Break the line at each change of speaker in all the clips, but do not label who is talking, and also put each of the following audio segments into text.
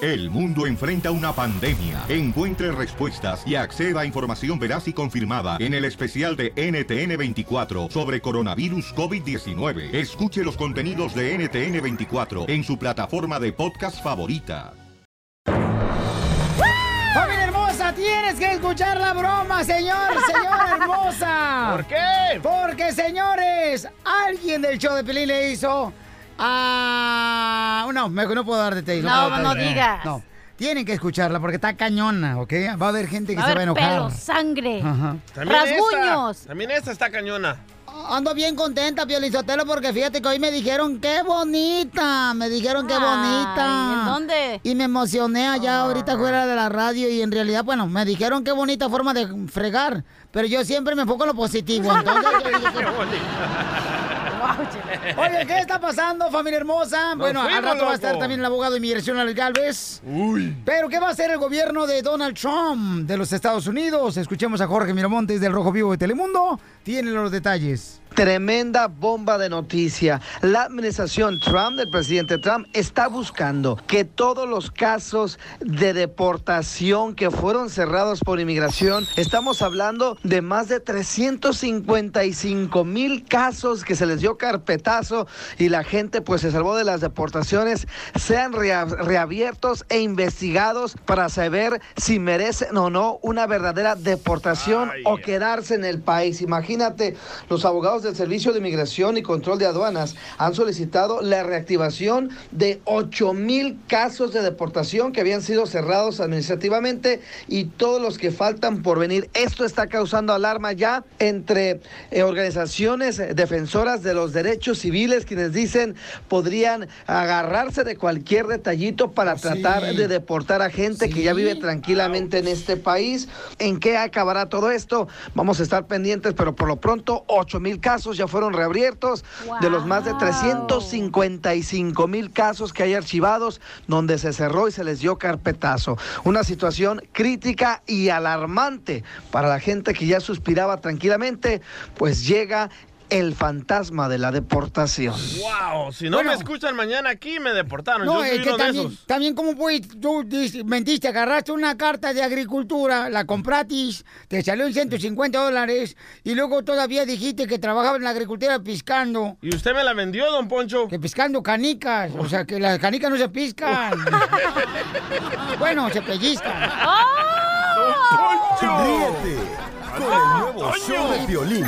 El mundo enfrenta una pandemia. Encuentre respuestas y acceda a información veraz y confirmada en el especial de NTN24 sobre coronavirus COVID-19. Escuche los contenidos de NTN24 en su plataforma de podcast favorita.
¡Familia hermosa! Tienes que escuchar la broma, señor, señora hermosa.
¿Por qué?
Porque, señores, alguien del show de Pelín le hizo a... uh, No, mejor no puedo dar detalles.
No,
puedo dar
no
detalles.
digas.
No, tienen que escucharla porque está cañona, ¿ok? Va a haber gente que
Va a
se va a
haber
enojar.
pelos, sangre,
Ajá.
rasguños.
Esta, también esta está cañona.
Ando bien contenta, Piolizotelo, porque fíjate que hoy me dijeron qué bonita. Me dijeron qué bonita.
¿en dónde? Oh,
Y me emocioné allá ahorita fuera de la radio. Y en realidad, bueno, me dijeron qué bonita forma de fregar. Pero yo siempre me enfoco en lo positivo. Entonces, yo dije,
Qué bonita.
Oye, ¿qué está pasando, familia hermosa? bueno, al
fuimos,
rato va a estar
loco.
también el abogado de inmigración, Alex Galvez.
Uy.
Pero, ¿qué va a hacer el gobierno de Donald Trump de los Estados Unidos? Escuchemos a Jorge Miramontes del Rojo Vivo de Telemundo. Tiene los detalles.
Tremenda bomba de noticia. La administración Trump, del presidente Trump, está buscando que todos los casos de deportación que fueron cerrados por inmigración, estamos hablando de más de 355 mil casos que se les dio carpetazo y la gente pues se salvó de las deportaciones, sean rea- reabiertos e investigados para saber si merecen o no una verdadera deportación
Ay,
o quedarse en el país. Imagínate, los abogados del Servicio de Inmigración y Control de Aduanas han solicitado la reactivación de 8 mil casos de deportación que habían sido cerrados administrativamente y todos los que faltan por venir. Esto está causando alarma ya entre eh, organizaciones eh, defensoras de los derechos civiles quienes dicen podrían agarrarse de cualquier detallito para tratar de deportar a gente que ya vive tranquilamente en este país. ¿En qué acabará todo esto? Vamos a estar pendientes, pero por lo pronto 8 mil casos ya fueron reabiertos de los más de
Wow.
355 mil casos que hay archivados donde se cerró y se les dio carpetazo. Una situación crítica y alarmante para la gente que ya suspiraba tranquilamente, pues llega el fantasma de la deportación.
Wow, si no
Bueno.
me escuchan mañana aquí, me deportaron.
No,
Yo soy
es que
uno de
también,
esos.
también como fuiste, tú dis- mentiste, agarraste una carta de agricultura, la compratis, te salió en 150 dólares y luego todavía dijiste que trabajaba en la agricultura piscando,
Y usted me la vendió, don Poncho.
que piscando canicas, o sea que las canicas no se piscan. bueno, se pellizcan.
Ríete con el nuevo show de violín.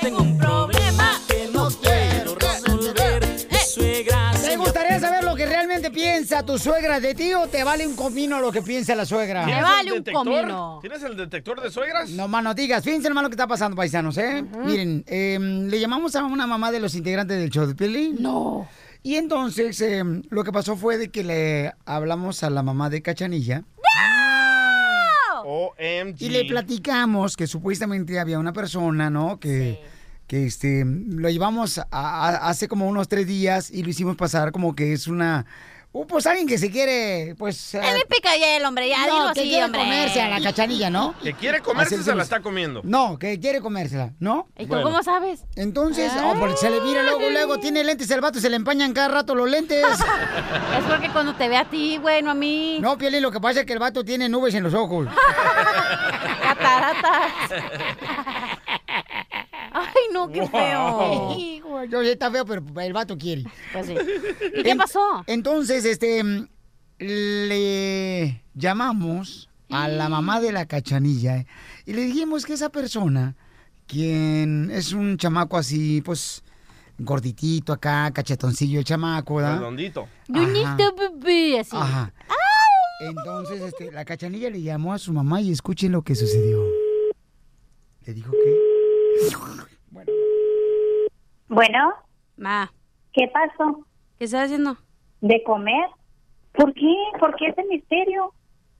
Tengo un problema que no quiero resolver. Mi suegra
¿Te
se
Eh, gustaría saber lo que realmente piensa tu suegra de ti o te vale un comino lo que piensa la suegra?
Me
¿Tienes
vale
el
un
detector?
comino.
¿Tienes el detector de suegras?
Ah. No más no digas. Fíjense, hermano, que está pasando, paisanos, ¿eh? Miren, eh, le llamamos a una mamá de los integrantes del show de Pili. No. Y entonces, eh, lo que pasó fue de que le hablamos a la mamá de Cachanilla
OMG.
y le platicamos que supuestamente había una persona, ¿no? Que, que este, lo llevamos a- a- hace como unos tres días y lo hicimos pasar como que es una... uh, Pues alguien que se quiere, pues... eh,
Es mi picayel, hombre, ya
no,
dilo
que
así,
quiere
hombre.
comerse a la Cachanilla, ¿no?
Que quiere
Así
comerse, se
hicimos.
la está comiendo.
No, que quiere comérsela, ¿no?
¿Y tú
Bueno.
cómo sabes? Ah.
Entonces, oh, porque se le mira luego, luego, tiene lentes el vato, se le empañan cada rato los lentes.
Es porque cuando te ve a ti, güey, no a mí.
No, Piolín, lo que pasa es que el vato tiene nubes en los ojos.
Cataratas. Ay, no, qué feo.
Hijo, Yo sé, está feo, pero el vato quiere.
Pues sí. ¿Y qué
En-
pasó?
Entonces, este, mm, le llamamos a la
Mm.
mamá de la cachanilla eh, y le dijimos que esa persona, quien es un chamaco así, pues, gorditito acá, cachetoncillo el chamaco, ¿verdad?
Redondito.
Yo ni
Ajá.
estoy bebé, así.
Ajá. Entonces, este, la cachanilla le llamó a su mamá y escuchen lo que sucedió. Le dijo que.
Bueno,
Ma,
¿qué pasó?
¿qué estás haciendo?
¿De comer? ¿Por qué? ¿Por qué ese misterio?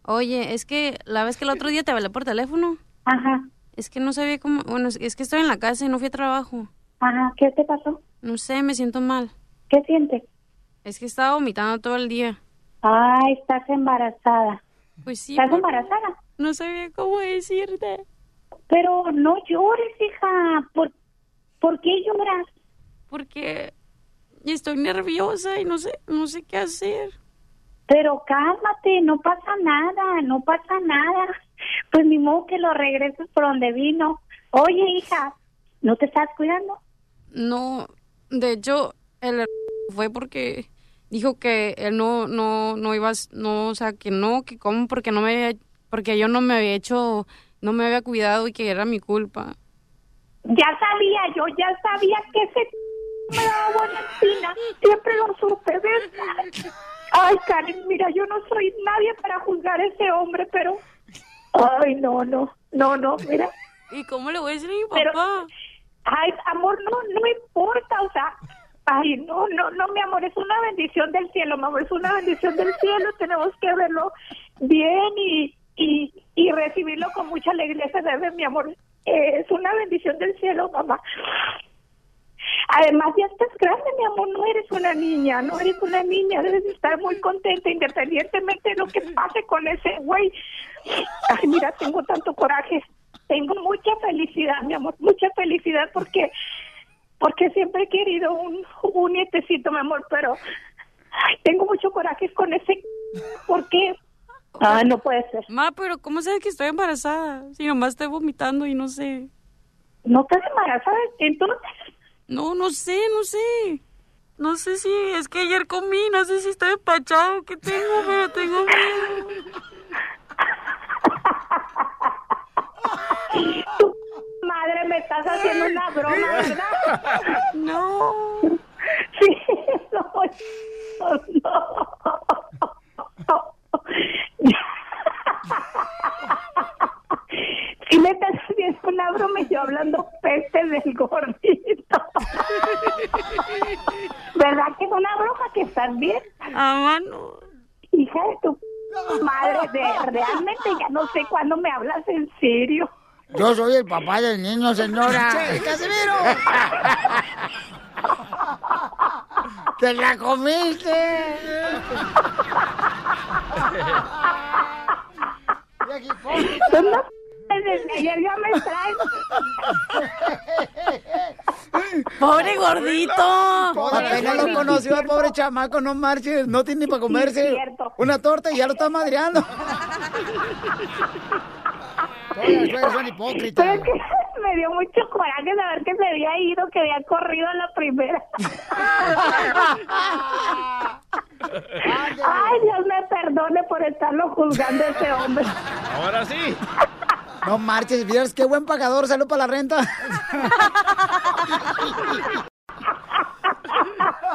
Oye, es que la vez que el otro día te hablé por teléfono,
Ajá,
es que no sabía cómo, bueno, es- es que estoy en la casa y no fui a trabajo.
ajá, ¿qué te pasó?
No sé, me siento mal.
¿Qué sientes?
Es que estaba vomitando todo el día.
Ay, estás embarazada.
Pues sí,
¿Estás
por-
embarazada?
no sabía cómo decirte.
Pero no llores, hija. ¿Por, ¿por qué lloras?
Porque estoy nerviosa y no sé, no sé qué hacer.
Pero cálmate, no pasa nada, no pasa nada. Pues ni modo que lo regreses por donde vino. Oye, hija, ¿no te estás cuidando?
No, de hecho, el fue porque dijo que él no, no, no iba, a s- no, o sea, que no, que cómo, porque no me había, porque yo no me había hecho, no me había cuidado y que era mi culpa.
Ya sabía, yo ya sabía que ese me daba buena espina. Siempre lo supe, ¿ves? Ay, Karen, mira, yo no soy nadie para juzgar a ese hombre, pero... Ay, no, no, no, no, mira.
¿Y cómo le voy a decir a mi
Pero-
papá?
Ay, amor, no, no importa, o sea... Ay, no, no, no, mi amor, es una bendición del cielo, mi amor, es una bendición del cielo. Tenemos que verlo bien y, y, y recibirlo con mucha alegría. Se debe, mi amor, Eh, es una bendición del cielo, mamá. Además, ya estás grande, mi amor, no eres una niña, no eres una niña, debes estar muy contenta independientemente de lo que pase con ese güey. Ay, mira, tengo tanto coraje, tengo mucha felicidad, mi amor, mucha felicidad porque porque siempre he querido un, un nietecito, mi amor, pero ay, tengo mucho coraje con ese porque ah, no puede ser.
Ma, pero ¿cómo sabes que estoy embarazada? Si nomás estoy vomitando y no sé.
No te ¿sabes? Entonces,
No, no sé, no sé. No sé si es que ayer comí, no sé si estoy empachado, que tengo, pero tengo miedo.
madre, me estás haciendo una broma, ¿verdad?
No.
Sí, no, no. Si me estás haciendo una broma y yo hablando peste del gordito. ¿Verdad que es una broma que estás bien?
Mamá, no.
Hija de tu madre, de, realmente ya no sé cuándo me hablas en serio.
Yo soy el papá del niño, señora. Casimiro! ¡Te la comiste!
Son unas desde ayer ya me traes.
Pobre gordito.
Apenas lo conoció al pobre chamaco, no marches, no tiene ni para comerse
cierto.
una torta y ya lo está madreando. Todas las suegras son hipócritas.
Pero es que me dio mucho coraje saber que se había ido, que había corrido a la primera. Ay, Dios me perdone por estarlo juzgando a ese hombre.
Ahora sí.
No marches, vieras qué buen pagador, salud para la renta.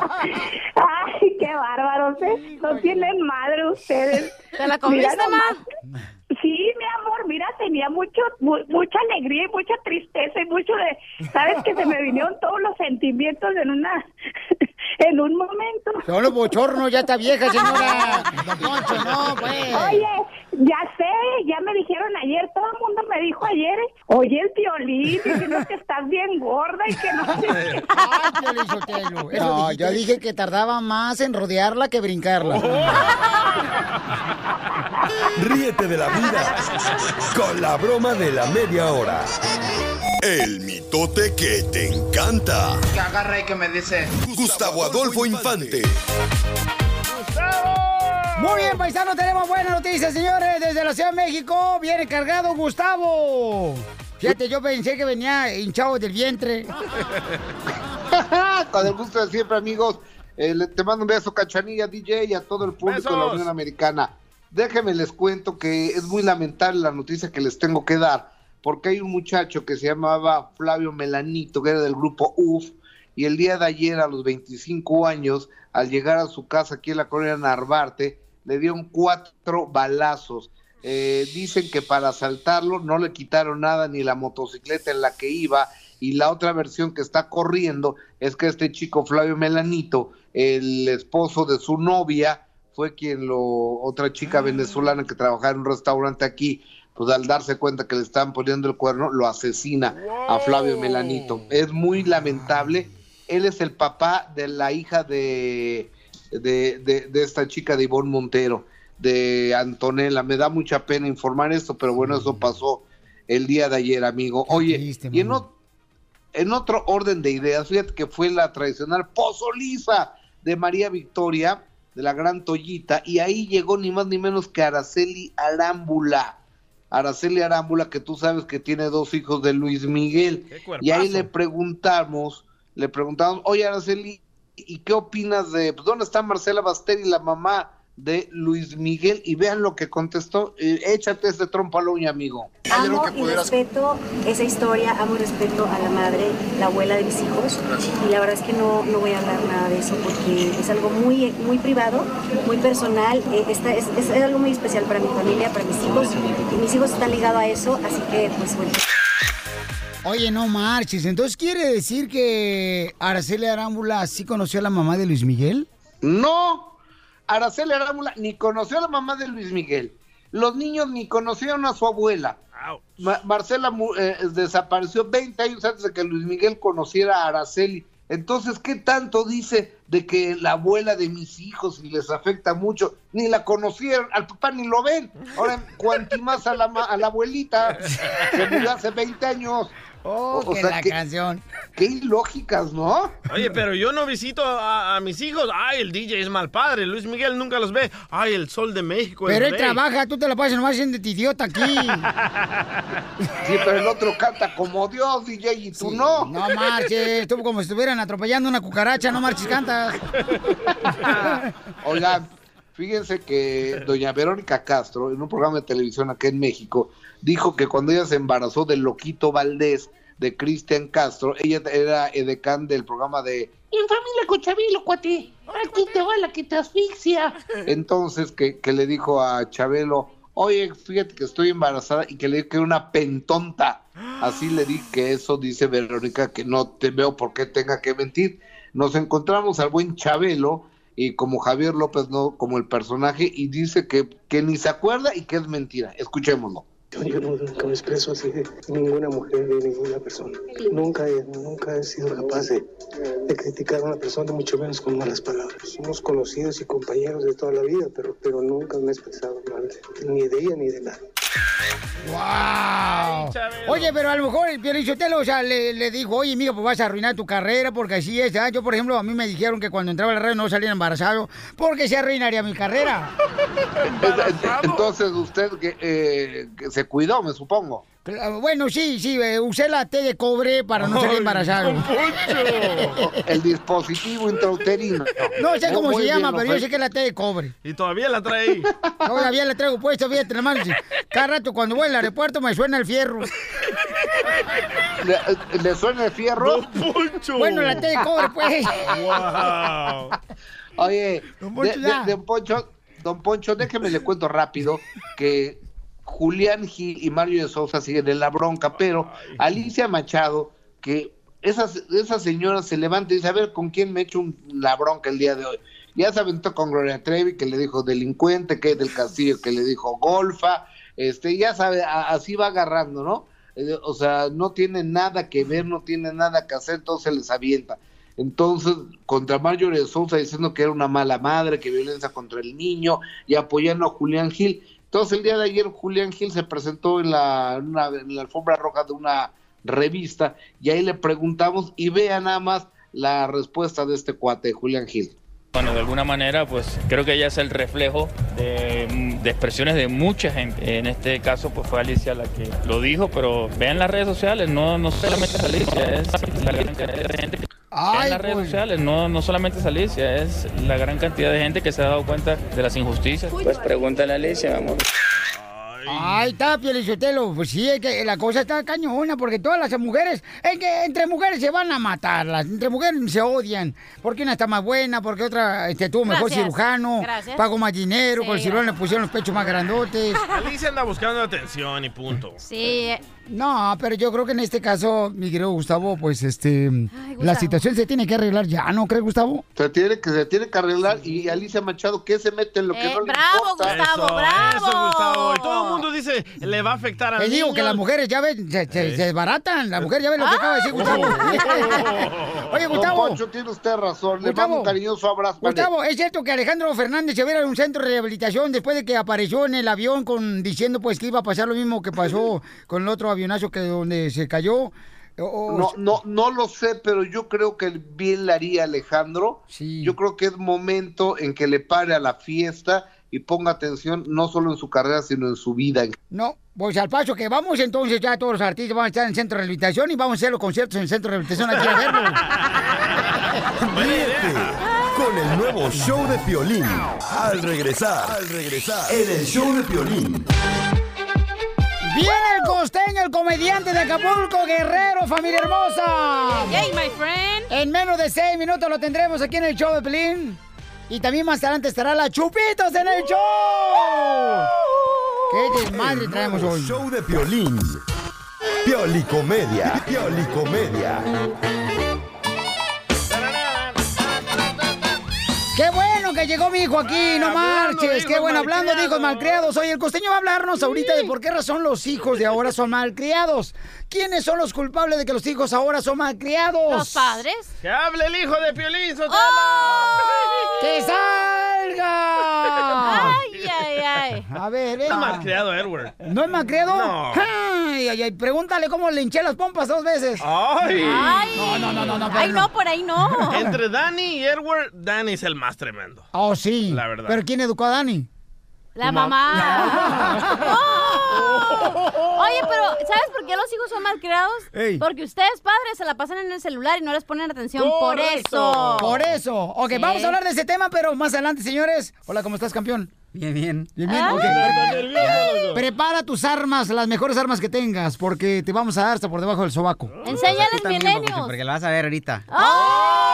Ay, qué bárbaros, ¿eh? No tienen madre ustedes.
¿Te la comiste,
Mira nomás.
ma?
Sí, mi amor, mira, tenía mucho, mu- mucha alegría y mucha tristeza y mucho de, sabes que se me vinieron todos los sentimientos en una, en un momento.
Son los bochornos, ya está vieja, señora. Don Poncho, no, pues.
Oye, ya sé, ya me dijeron ayer, todo el mundo me dijo ayer, oye el violín, y que no que estás bien gorda y que no sé qué.
Ay, Piolín Sotelo, eso No, yo dije que tardaba más en rodearla que
Oh,
brincarla.
Ríete de la vida con la broma de la media hora. El mitote que te encanta.
que agarra y que me dice.
Gustavo Adolfo Infante.
Muy bien, paisano, tenemos buenas noticias, señores. Desde la Ciudad de México viene cargado Gustavo. Fíjate, yo pensé que venía hinchado del vientre.
Con el gusto de siempre, amigos. Eh, le- te mando un beso, Cachanilla, DJ, y a todo el público de la
Besos.
Unión Americana. Déjenme les cuento que es muy lamentable la noticia que les tengo que dar, porque hay un muchacho que se llamaba Flavio Melanito, que era del grupo UF, y el día de ayer, a los 25 años, al llegar a su casa aquí en la colonia Narvarte, le dieron cuatro balazos. Eh, dicen que para asaltarlo no le quitaron nada, ni la motocicleta en la que iba, y la otra versión que está corriendo es que este chico Flavio Melanito, el esposo de su novia, fue quien lo, otra chica venezolana que trabajaba en un restaurante aquí, pues al darse cuenta que le estaban poniendo el cuerno, lo asesina a Flavio Melanito. Es muy lamentable. Él es el papá de la hija de, de, de- de esta chica de Ivonne Montero, de Antonella. Me da mucha pena informar esto, pero bueno, eso pasó el día de ayer, amigo. Oye,
triste,
y en,
mano.
ot- en otro orden de ideas, fíjate que fue la tradicional pozoliza de María Victoria de la Gran Toyita, y ahí llegó ni más ni menos que Araceli Arámbula. Araceli Arámbula, que tú sabes que tiene dos hijos de Luis Miguel. Y ahí le preguntamos, le preguntamos, oye Araceli, ¿y qué opinas de pues, dónde está Marcela Basteri, la mamá de Luis Miguel? Y vean lo que contestó, eh, échate este trompo a la uña, amigo.
Amo y respeto esa historia, amo y respeto a la madre, la abuela de mis hijos. Y la verdad es que no, no voy a hablar nada de eso porque es algo muy, muy privado, muy personal. Eh, esta es, es algo muy especial para mi familia, para mis hijos. Y mis hijos están ligados a eso, así que pues bueno.
Oye, no marches. Entonces, ¿quiere decir que Araceli Arámbula sí conoció a la mamá de Luis Miguel?
No. Araceli Arámbula ni conoció a la mamá de Luis Miguel. Los niños ni conocieron a su abuela. Ma- Marcela mu- eh, desapareció 20 años antes de que Luis Miguel conociera a Araceli. Entonces, ¿qué tanto dice de que la abuela de mis hijos y les afecta mucho? Ni la conocieron, al papá ni lo ven. Ahora, cuanti más a la, ma- a la abuelita, que murió hace 20 años.
o que Oh, la canción.
Qué ilógicas, ¿no?
Oye, pero yo no visito a, a mis hijos. Ay, el DJ es mal padre. Luis Miguel nunca los ve. Ay, el sol de México.
Pero
el rey.
él trabaja, tú te la pasas nomás siendo este idiota aquí.
Sí, pero el otro canta como Dios, DJ, y tú no.
No marches, tú como si estuvieran atropellando una cucaracha, no marches, cantas.
Oigan, fíjense que doña Verónica Castro, en un programa de televisión acá en México, dijo que cuando ella se embarazó del loquito Valdés, de Cristian Castro, ella era edecán del programa de
En familia Cochabilo, cuate. Aquí te va la que te asfixia.
entonces que, que le dijo a Chabelo, oye, fíjate que estoy embarazada y que le dije que era una pentonta. Así le di que eso dice Verónica, que no te veo por qué tenga que mentir. Nos encontramos al buen Chabelo y como Javier López, no como el personaje, y dice que, que ni se acuerda y que es mentira. Escuchémoslo.
Yo no- nunca me expreso así de ninguna mujer, de ninguna persona. Nunca he, nunca he sido capaz de, de criticar a una persona, mucho menos con malas palabras. Somos conocidos y compañeros de toda la vida, pero, pero nunca me he expresado mal, de- ni de ella ni de nadie.
¡Wow! Oye, pero a lo mejor el Pielichotelo, o sea, le, le dijo, oye, amigo, pues vas a arruinar tu carrera porque así es. ¿ah? Yo, por ejemplo, a mí me dijeron que cuando entraba al radio no salía embarazado porque se arruinaría mi carrera.
Entonces usted que, eh, que se cuidó, me supongo.
Claro, Bueno, sí, sí, eh, usé la T de cobre para no salir embarazado.
El dispositivo intrauterino.
No sé cómo
Muy
se
bien,
llama, pero yo
Rafael.
sé que es la T de cobre.
Y todavía la trae ahí.
Todavía la traigo puesta, fíjate, hermano. Cada rato cuando voy al aeropuerto me suena el fierro.
¿Le, le suena el fierro?
Bueno, la T de cobre, pues.
Oye, don
Don Poncho,
Poncho,
ya.
don Poncho, don Poncho, déjeme le cuento rápido que Julián Gil y Mario de Sousa siguen en la bronca, pero Alicia Machado, que esa, esa señora se levanta y dice, a ver, ¿con quién me echo un- la bronca el día de hoy? Ya se aventó con Gloria Trevi, que le dijo delincuente, que del Castillo, que le dijo golfa, este, ya sabe, a- así va agarrando, ¿no? Eh, o sea, no tiene nada que ver, no tiene nada que hacer, entonces les avienta. Entonces, contra Marjorie de Sousa diciendo que era una mala madre, que violencia contra el niño y apoyando a Julián Gil. Entonces, el día de ayer, Julián Gil se presentó en la, en una- en la alfombra roja de una revista y ahí le preguntamos y vea nada más la respuesta de este cuate, Julián Gil.
Bueno, de alguna manera, pues creo que ella es el reflejo de, de expresiones de mucha gente. En este caso, pues fue Alicia la que lo dijo, pero vean las redes sociales, no, no solamente es Alicia, es la gran cantidad de gente. que- vean las redes sociales, no, no solamente es Alicia, es la gran cantidad de gente que se ha dado cuenta de las injusticias. Pues pregúntale a Alicia, mi amor.
Ahí está, Pielichotelo. Pues sí, es que la cosa está cañona, porque todas las mujeres, es que entre mujeres se van a matar, las- entre mujeres se odian, porque una está más buena, porque otra este, tuvo mejor
Gracias.
cirujano,
Gracias.
pagó más dinero, con el
Sí.
cirujano le pusieron los pechos más grandotes.
Alicia anda buscando atención y punto.
Sí. No, pero yo creo que en este caso, mi querido Gustavo, pues este, la situación se tiene que arreglar ya, ¿no crees, Gustavo?
Se tiene que, se tiene que arreglar y Alicia Machado, ¿qué se mete en lo que
Eh,
no le
bravo,
importa?
Gustavo, Eso, bravo. eso, Gustavo. Y todo el mundo dice, le va a afectar a
Te digo que las mujeres ya ven, se, se- se desbaratan, las mujeres ya ven lo que acaba de decir Gustavo.
Oh.
Oye, Gustavo.
Don Poncho, tiene usted razón. Le
Gustavo.
mando un cariñoso abrazo. Vale.
Gustavo, ¿es cierto que Alejandro Fernández se va a ir a un centro de rehabilitación después de que apareció en el avión con diciendo pues que iba a pasar lo mismo que pasó con el otro avionazo que donde se cayó?
No, no, no lo sé, pero yo creo que bien le haría Alejandro. Yo creo que es momento en que le pare a la fiesta y ponga atención no solo en su carrera, sino en su vida.
No, pues al paso que vamos entonces ya todos los artistas van a estar en el centro de rehabilitación y vamos a hacer los conciertos en el centro de rehabilitación aquí a verlo.
Ríete con el nuevo show de Piolín. Al regresar, al regresar, en el show de Piolín.
¡Viene el costeño, el comediante de Acapulco, Guerrero, familia hermosa!
Yay, my friend!
En menos de seis minutos lo tendremos aquí en el show de Pelín. Y también más adelante estará la Chupitos en el show. ¡Qué desmadre
El
traemos
nuevo
hoy!
Show de Piolín. Piolicomedia, piolicomedia.
¡Qué bueno que llegó mi hijo aquí! ¡No marches! ¡Qué bueno! Hablando de hijos malcriados. Oye, el costeño va a hablarnos ahorita de por qué razón los hijos de ahora son malcriados. ¿Quiénes son los culpables de que los hijos ahora son malcriados?
¿Los padres? ¡Que hable el hijo de Piolín, Sotelo!
¡Que salga!
¡Oh! Ay, ay, ay.
A ver,
Está
Emma.
mal creado, Edward.
¿No es malcriado?
No.
Ay, ay, ay, pregúntale cómo le hinché las pompas dos veces.
Ay. Ay.
No, no, no, no, no.
Ay,
pero
no, por ahí Entre Dani y Edward, Dani es el más tremendo.
Oh, sí.
La verdad.
¿Pero quién educó a Dani?
Tu
La
mam-
mamá. ¡Oh! Oye, pero ¿sabes por qué los hijos son malcriados?
Ey.
Porque ustedes, padres, se la pasan en el celular y no les ponen atención. Por
Correcto.
eso.
Por eso. Ok,
Sí.
vamos a hablar de ese tema, pero más adelante, señores. Hola, ¿cómo estás, campeón? Bien, bien. Bien, bien.
Ah.
ok.
Ay.
Prepara-
Está nervioso, loco.
Prepara tus armas, las mejores armas que tengas, porque te vamos a dar hasta por debajo del sobaco.
Enséñales, milenios.
la vas a ver ahorita.
¡Amenaza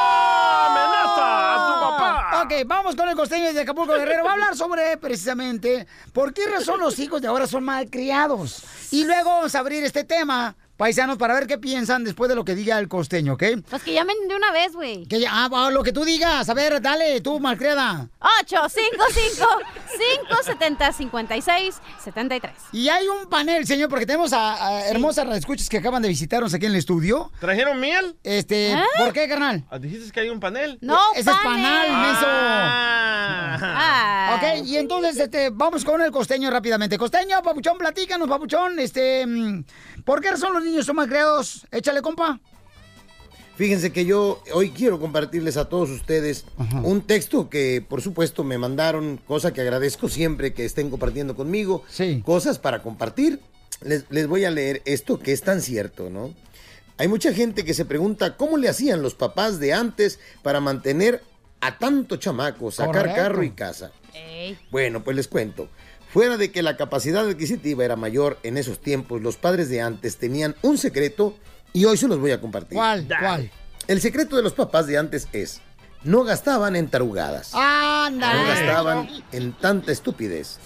a tu papá!
Ok, vamos con el costeño de Acapulco Guerrero. Va a hablar sobre precisamente por qué razón los hijos de ahora son malcriados. Y luego vamos a abrir este tema, paisanos, para ver qué piensan después de lo que diga el costeño, ¿ok?
Pues que llamen de una vez, güey.
Que ya- ah, ah, lo que tú digas. A ver, dale, tú, malcriada.
855-570-5673.
Y hay un panel, señor, porque tenemos a, a hermosas radioescuchas que acaban de visitarnos aquí en el estudio.
¿Trajeron miel?
Este,
¿Ah?
¿por qué, carnal?
Ah, ¿Dijiste que hay un panel?
No, Ese es panel. panal, menso.
Ah.
Ok, y entonces este, vamos con el costeño rápidamente. Costeño, papuchón, platícanos, papuchón. Este, mm, ¿Por qué son los niños son malcriados? Échale, compa.
Fíjense que yo hoy quiero compartirles a todos ustedes un texto que por supuesto me mandaron, cosa que agradezco siempre que estén compartiendo conmigo, cosas para compartir. Les, les voy a leer esto que es tan cierto, ¿no? Hay mucha gente que se pregunta cómo le hacían los papás de antes para mantener a tanto chamaco, sacar
Correcto.
carro y casa. Bueno, pues les cuento. Fuera de que la capacidad adquisitiva era mayor en esos tiempos, los padres de antes tenían un secreto y hoy se los voy a compartir.
¿Cuál? ¿Cuál?
El secreto de los papás de antes es, no gastaban en tarugadas,
Anda.
eh.
no gastaban en tanta estupidez.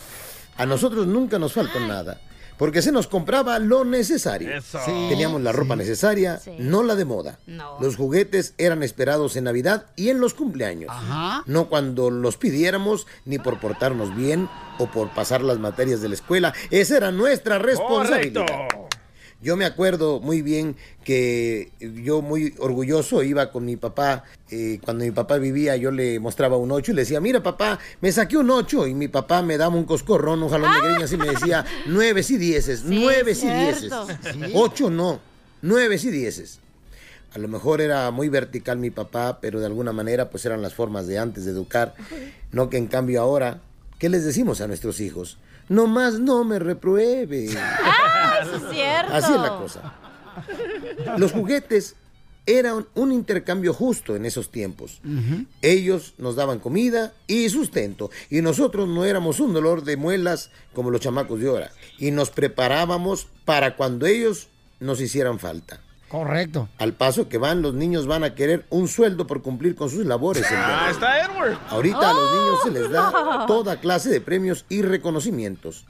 A nosotros nunca nos faltó nada, porque se nos compraba lo necesario.
Sí,
Teníamos la ropa necesaria, no la de moda.
No.
Los juguetes eran esperados en Navidad y en los cumpleaños. No cuando los pidiéramos, ni por portarnos bien o por pasar las materias de la escuela. Esa era nuestra responsabilidad. Yo me acuerdo muy bien que yo muy orgulloso iba con mi papá. eh, cuando mi papá vivía, yo le mostraba un 8 y le decía, mira papá, me saqué un 8. Y mi papá me daba un coscorrón, un jalón de greñas y me decía, 9 y 10, 9 y 10.
cierto. Sí.
8 no, 9 y 10. A lo mejor era muy vertical mi papá, pero de alguna manera pues eran las formas de antes de educar. No que en cambio ahora, ¿qué les decimos a nuestros hijos? No más no me repruebe.
Ah, eso es cierto.
Así es la cosa. Los juguetes eran un intercambio justo en esos tiempos. Ellos nos daban comida y sustento, y nosotros no éramos un dolor de muelas como los chamacos de ahora, y nos preparábamos para cuando ellos nos hicieran falta.
Correcto.
Al paso que van, los niños van a querer un sueldo por cumplir con sus labores.
Ah, está Edward.
Ahorita a los niños se les da toda clase de premios y reconocimientos.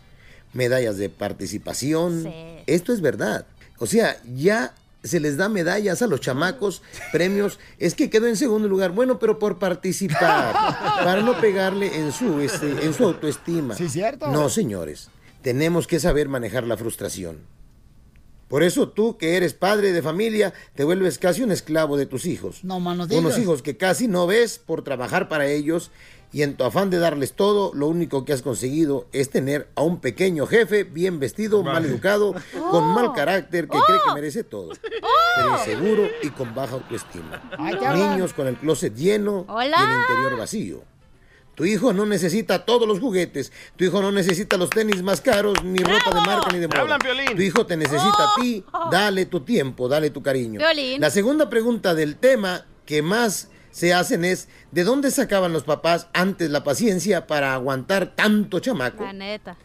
Medallas de participación. Esto es verdad. O sea, ya se les da medallas a los chamacos, premios. Es que quedó en segundo lugar. Bueno, pero por participar. para no pegarle en su, este, en su autoestima.
Sí, cierto.
No, señores. Tenemos que saber manejar la frustración. Por eso tú, que eres padre de familia, te vuelves casi un esclavo de tus hijos.
No, manos
Unos hijos que casi no ves por trabajar para ellos y en tu afán de darles todo, lo único que has conseguido es tener a un pequeño jefe bien vestido, mal educado, con mal carácter que cree que merece todo. pero inseguro y con baja autoestima.
Ay, qué
Niños con el closet lleno
Hola.
y el interior vacío. Tu hijo no necesita todos los juguetes. Tu hijo no necesita los tenis más caros, ni ropa de marca, ni de
Me
moda.
hablan, Piolín.
Tu hijo te necesita a ti. Dale tu tiempo, dale tu cariño.
Oh. Piolín.
La segunda pregunta del tema que más se hacen es, ¿de dónde sacaban los papás antes la paciencia para aguantar tanto chamaco?
La neta.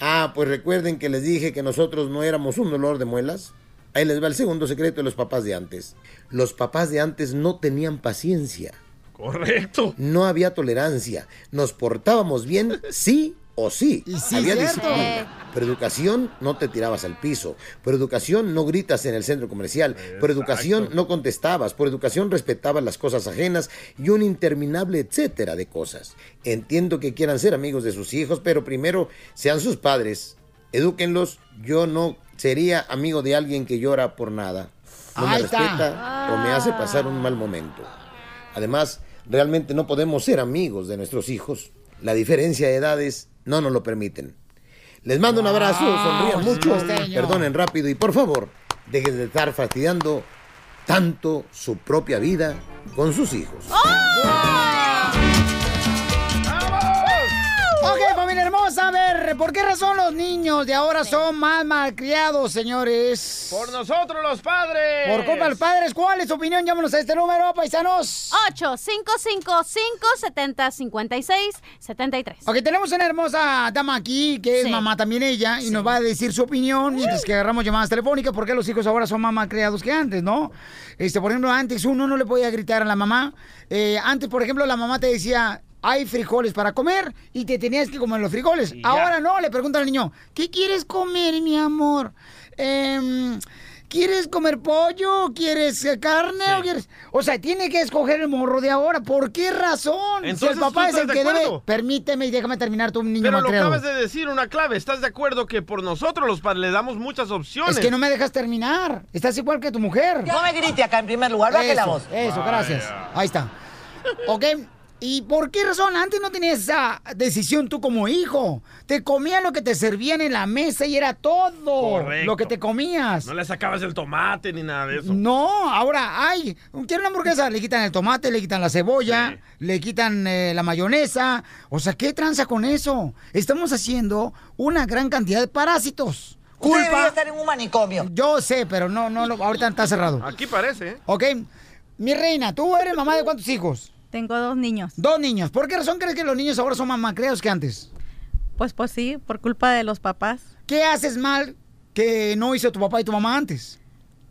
Ah, pues recuerden que les dije que nosotros no éramos un dolor de muelas. Ahí les va el segundo secreto de los papás de antes. Los papás de antes no tenían paciencia.
Correcto.
No había tolerancia. Nos portábamos bien, sí o sí.
sí,
había
cierto. Eh.
disciplina. Por educación no te tirabas al piso. Por educación no gritas en el centro comercial. Por educación no contestabas. Por educación respetabas las cosas ajenas y un interminable etcétera de cosas. Entiendo que quieran ser amigos de sus hijos, pero primero sean sus padres. Edúquenlos. Yo no sería amigo de alguien que llora por nada. No me
Ahí está.
respeta o me hace
Ah.
pasar un mal momento. Además, realmente no podemos ser amigos de nuestros hijos. La diferencia de edades no nos lo permiten. Les mando un abrazo, sonrían mucho,
costeño.
perdonen rápido y por favor, dejen de estar fastidiando tanto su propia vida con sus hijos.
Ok, familia hermosa, a ver, ¿por qué razón los niños de ahora son más malcriados, señores?
Por nosotros los padres.
Por culpa de los padres, ¿cuál es su opinión? Llámanos a este número, paisanos.
8-555-70-56-73.
Ok, tenemos una hermosa dama aquí, que es
Sí.
mamá también ella, y nos va a decir su opinión mientras que agarramos llamadas telefónicas, porque los hijos ahora son más malcriados que antes, ¿no? Este, por ejemplo, antes uno no le podía gritar a la mamá. Eh, antes, por ejemplo, la mamá te decía, hay frijoles para comer, y te tenías que comer los frijoles. Ahora no, le pregunta al niño, ¿qué quieres comer, mi amor? Em, ¿Quieres comer pollo? ¿Quieres eh, carne? ¿O, quieres... o sea, tiene que escoger el morro de ahora. ¿Por qué razón? Si
Entonces,
el
¿tú
papá es
estás
el
de
que debe.
acuerdo?
Permíteme y déjame terminar tu niño
Pero lo
malcriado.
acabas de decir una clave. ¿Estás de acuerdo que por nosotros los padres le damos muchas opciones?
Es que no me dejas terminar. Estás igual que tu mujer.
No me grite acá en primer lugar, baje
Eso,
la voz.
Eso,
Vaya.
gracias. Ahí está. Ok. ¿Y por qué razón? Antes no tenías esa decisión tú como hijo. Te comías lo que te servían en la mesa y era todo
Correcto.
lo que te comías.
No le sacabas el tomate ni nada de eso.
No, ahora, ay, quiero una hamburguesa, le quitan el tomate, le quitan la cebolla, le quitan eh, la mayonesa. O sea, ¿qué tranza con eso? Estamos haciendo una gran cantidad de parásitos. Culpa.
debería
estar en un manicomio. Yo sé, pero no, no, lo- ahorita está cerrado.
Aquí parece, ¿eh?
Ok, mi reina, ¿tú eres mamá de cuántos hijos? Tengo dos niños. Dos niños. ¿Por qué razón crees que los niños ahora son más macreados que antes? Pues, pues sí, por culpa de los papás. ¿Qué haces mal que no hizo tu papá y tu mamá antes?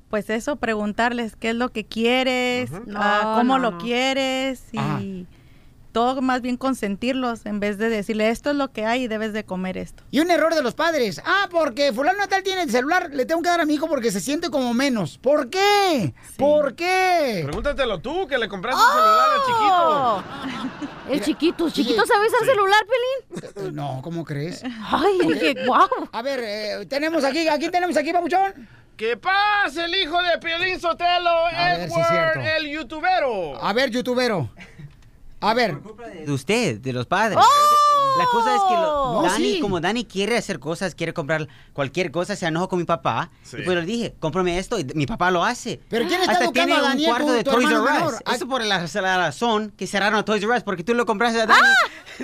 Pues eso, preguntarles qué es lo que quieres, ah,
No,
cómo
no,
lo
no.
quieres y
Ajá.
todo más bien consentirlos en vez de decirle esto es lo que hay y debes de comer esto.
Y un error de los padres. Ah, porque fulano de tal tiene el celular, le tengo que dar a mi hijo porque se siente como menos. ¿Por qué? ¿Por qué?
Pregúntatelo tú, que le compraste un celular al chiquito.
El chiquito, chiquito,
Sí.
¿sabes el
Sí.
celular, Pelín?
Eh, No, ¿cómo crees?
Ay, dije,
guau. A ver, eh, tenemos aquí, aquí tenemos aquí, papuchón.
¿Qué pasa el hijo de Piolín Sotelo,
A ver si es
Edward,
cierto.
el youtubero?
A ver, youtubero. A ver.
de usted, de los padres. La cosa es que lo-
¡Oh! No,
Dani,
sí.
como Dani quiere hacer cosas, quiere comprar cualquier cosa, se enojó con mi papá. Y pues le dije, cómprame esto y mi papá lo hace.
Pero ¿quién está
Hasta
educando
tiene
a
un
Daniel,
cuarto
tu-
de
tu
Toys
hermano
R Us.
menor?
Eso por la, la razón que cerraron a Toys R Us, porque tú lo compraste a Dani
¡Ah!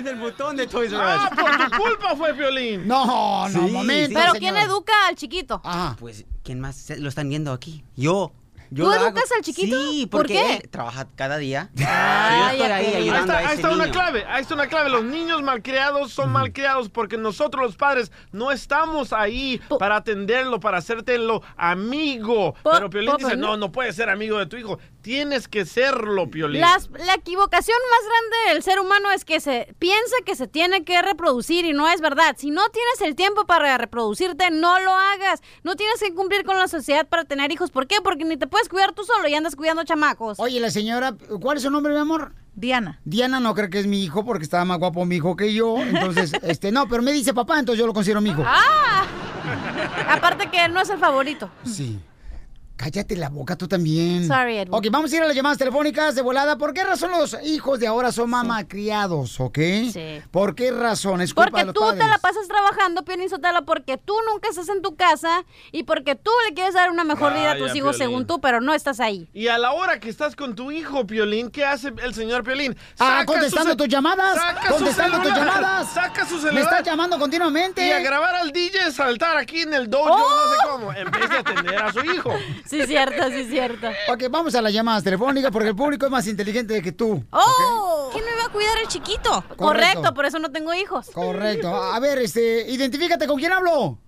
del botón de Toys R Us.
Ah, por tu culpa fue Piolín.
No,
Oh, no, Sí, momento,
Pero
señor.
¿quién educa al chiquito?
Pues, ¿quién más se- lo están viendo aquí? Yo. Yo
¿Tú
lo hago.
educas al chiquito?
Sí,
¿Por
porque
qué?
él trabaja cada día.
Ay,
yo estoy ahí
Piolín.
ayudando
Ah, ahí
a
está, ahí
ese
está una
niño.
clave, ahí está una clave. Los niños malcriados son malcriados porque nosotros los padres no estamos ahí para atenderlo, para hacértelo amigo. Pero Piolín
po-
dice, no, no puedes ser amigo de tu hijo. Tienes que serlo, Piolín.
Las- la equivocación más grande del ser humano es que se piensa que se tiene que reproducir y no es verdad. Si no tienes el tiempo para reproducirte, no lo hagas. No tienes que cumplir con la sociedad para tener hijos. ¿Por qué? Porque ni te puedes cuidar tú solo y andas cuidando chamacos.
Oye, la señora, ¿cuál es su nombre, mi amor?
Diana.
Diana no cree que es mi hijo porque estaba más guapo mi hijo que yo. Entonces, este, no, pero me dice papá, entonces yo lo considero mi hijo.
¡Ah! Aparte que él no es el favorito.
Sí. Cállate la boca tú también.
Sorry, Edwin.
Ok, vamos a ir a las llamadas telefónicas de volada. ¿Por qué razón los hijos de ahora son mamacriados, ok?
Sí.
¿Por qué razón? Es culpa
Porque
de los
tú
padres.
te la pasas trabajando, Piolín Sotelo, porque tú nunca estás en tu casa y porque tú le quieres dar una mejor vida a tus
Vaya,
hijos
Piolín.
según tú, pero no estás ahí.
Y a la hora que estás con tu hijo, Piolín, ¿qué hace el señor Piolín?
Ah,
Saca
contestando
su ce-
tus llamadas.
saca su
Contestando tus
celular,
llamadas.
Saca su celular.
Me estás llamando continuamente.
Y a grabar al DJ saltar aquí en el
¡Oh!
dojo, no sé
¡Oh!
cómo, en vez de atender a su hijo.
Sí, cierto, sí, cierto.
Ok, vamos a las llamadas telefónicas porque el público es más inteligente que tú.
¡Oh! ¿Quién me va a cuidar el chiquito? Correcto.
Correcto,
por eso no tengo hijos.
Correcto. A ver, este, identifícate con quién hablo.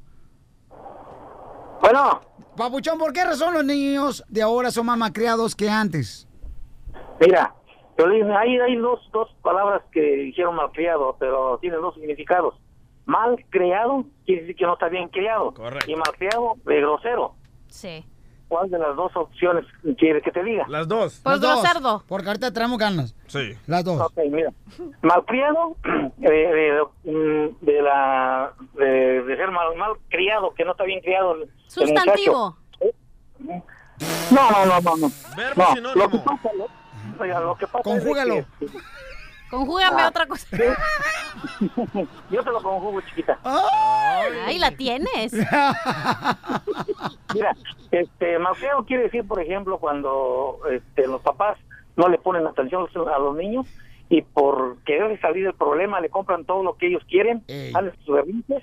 Bueno.
Papuchón, ¿por qué razón los niños de ahora son más malcriados que antes?
Mira, yo le dije, hay, hay dos, dos palabras que dijeron malcriado, pero tienen dos significados. Mal creado quiere decir que no está bien criado. Y malcriado de grosero.
Sí.
¿Cuál de las dos opciones quieres que te diga?
Las dos.
Pues
Los dos, Porque ahorita traemos ganas.
Sí.
Las dos.
Ok, mira. Malcriado eh, de, mm, de la, de, de ser mal, mal criado, que no está bien criado. el- el
Sustantivo.
muchacho. No, no, no, no. no.
Verbo
No,
sinónimo.
Lo que pasa, lo- oiga, lo que pasa es de
Conjúgalo.
que-
Conjúgame
Ah.
otra cosa.
Yo te lo conjugo, chiquita.
Ah.
Ahí la tienes.
Mira, este, malcriado quiere decir, por ejemplo, cuando este, los papás no le ponen atención a los niños y por querer salir del problema le compran todo lo que ellos quieren,
Ey.
hacen sus berrinches.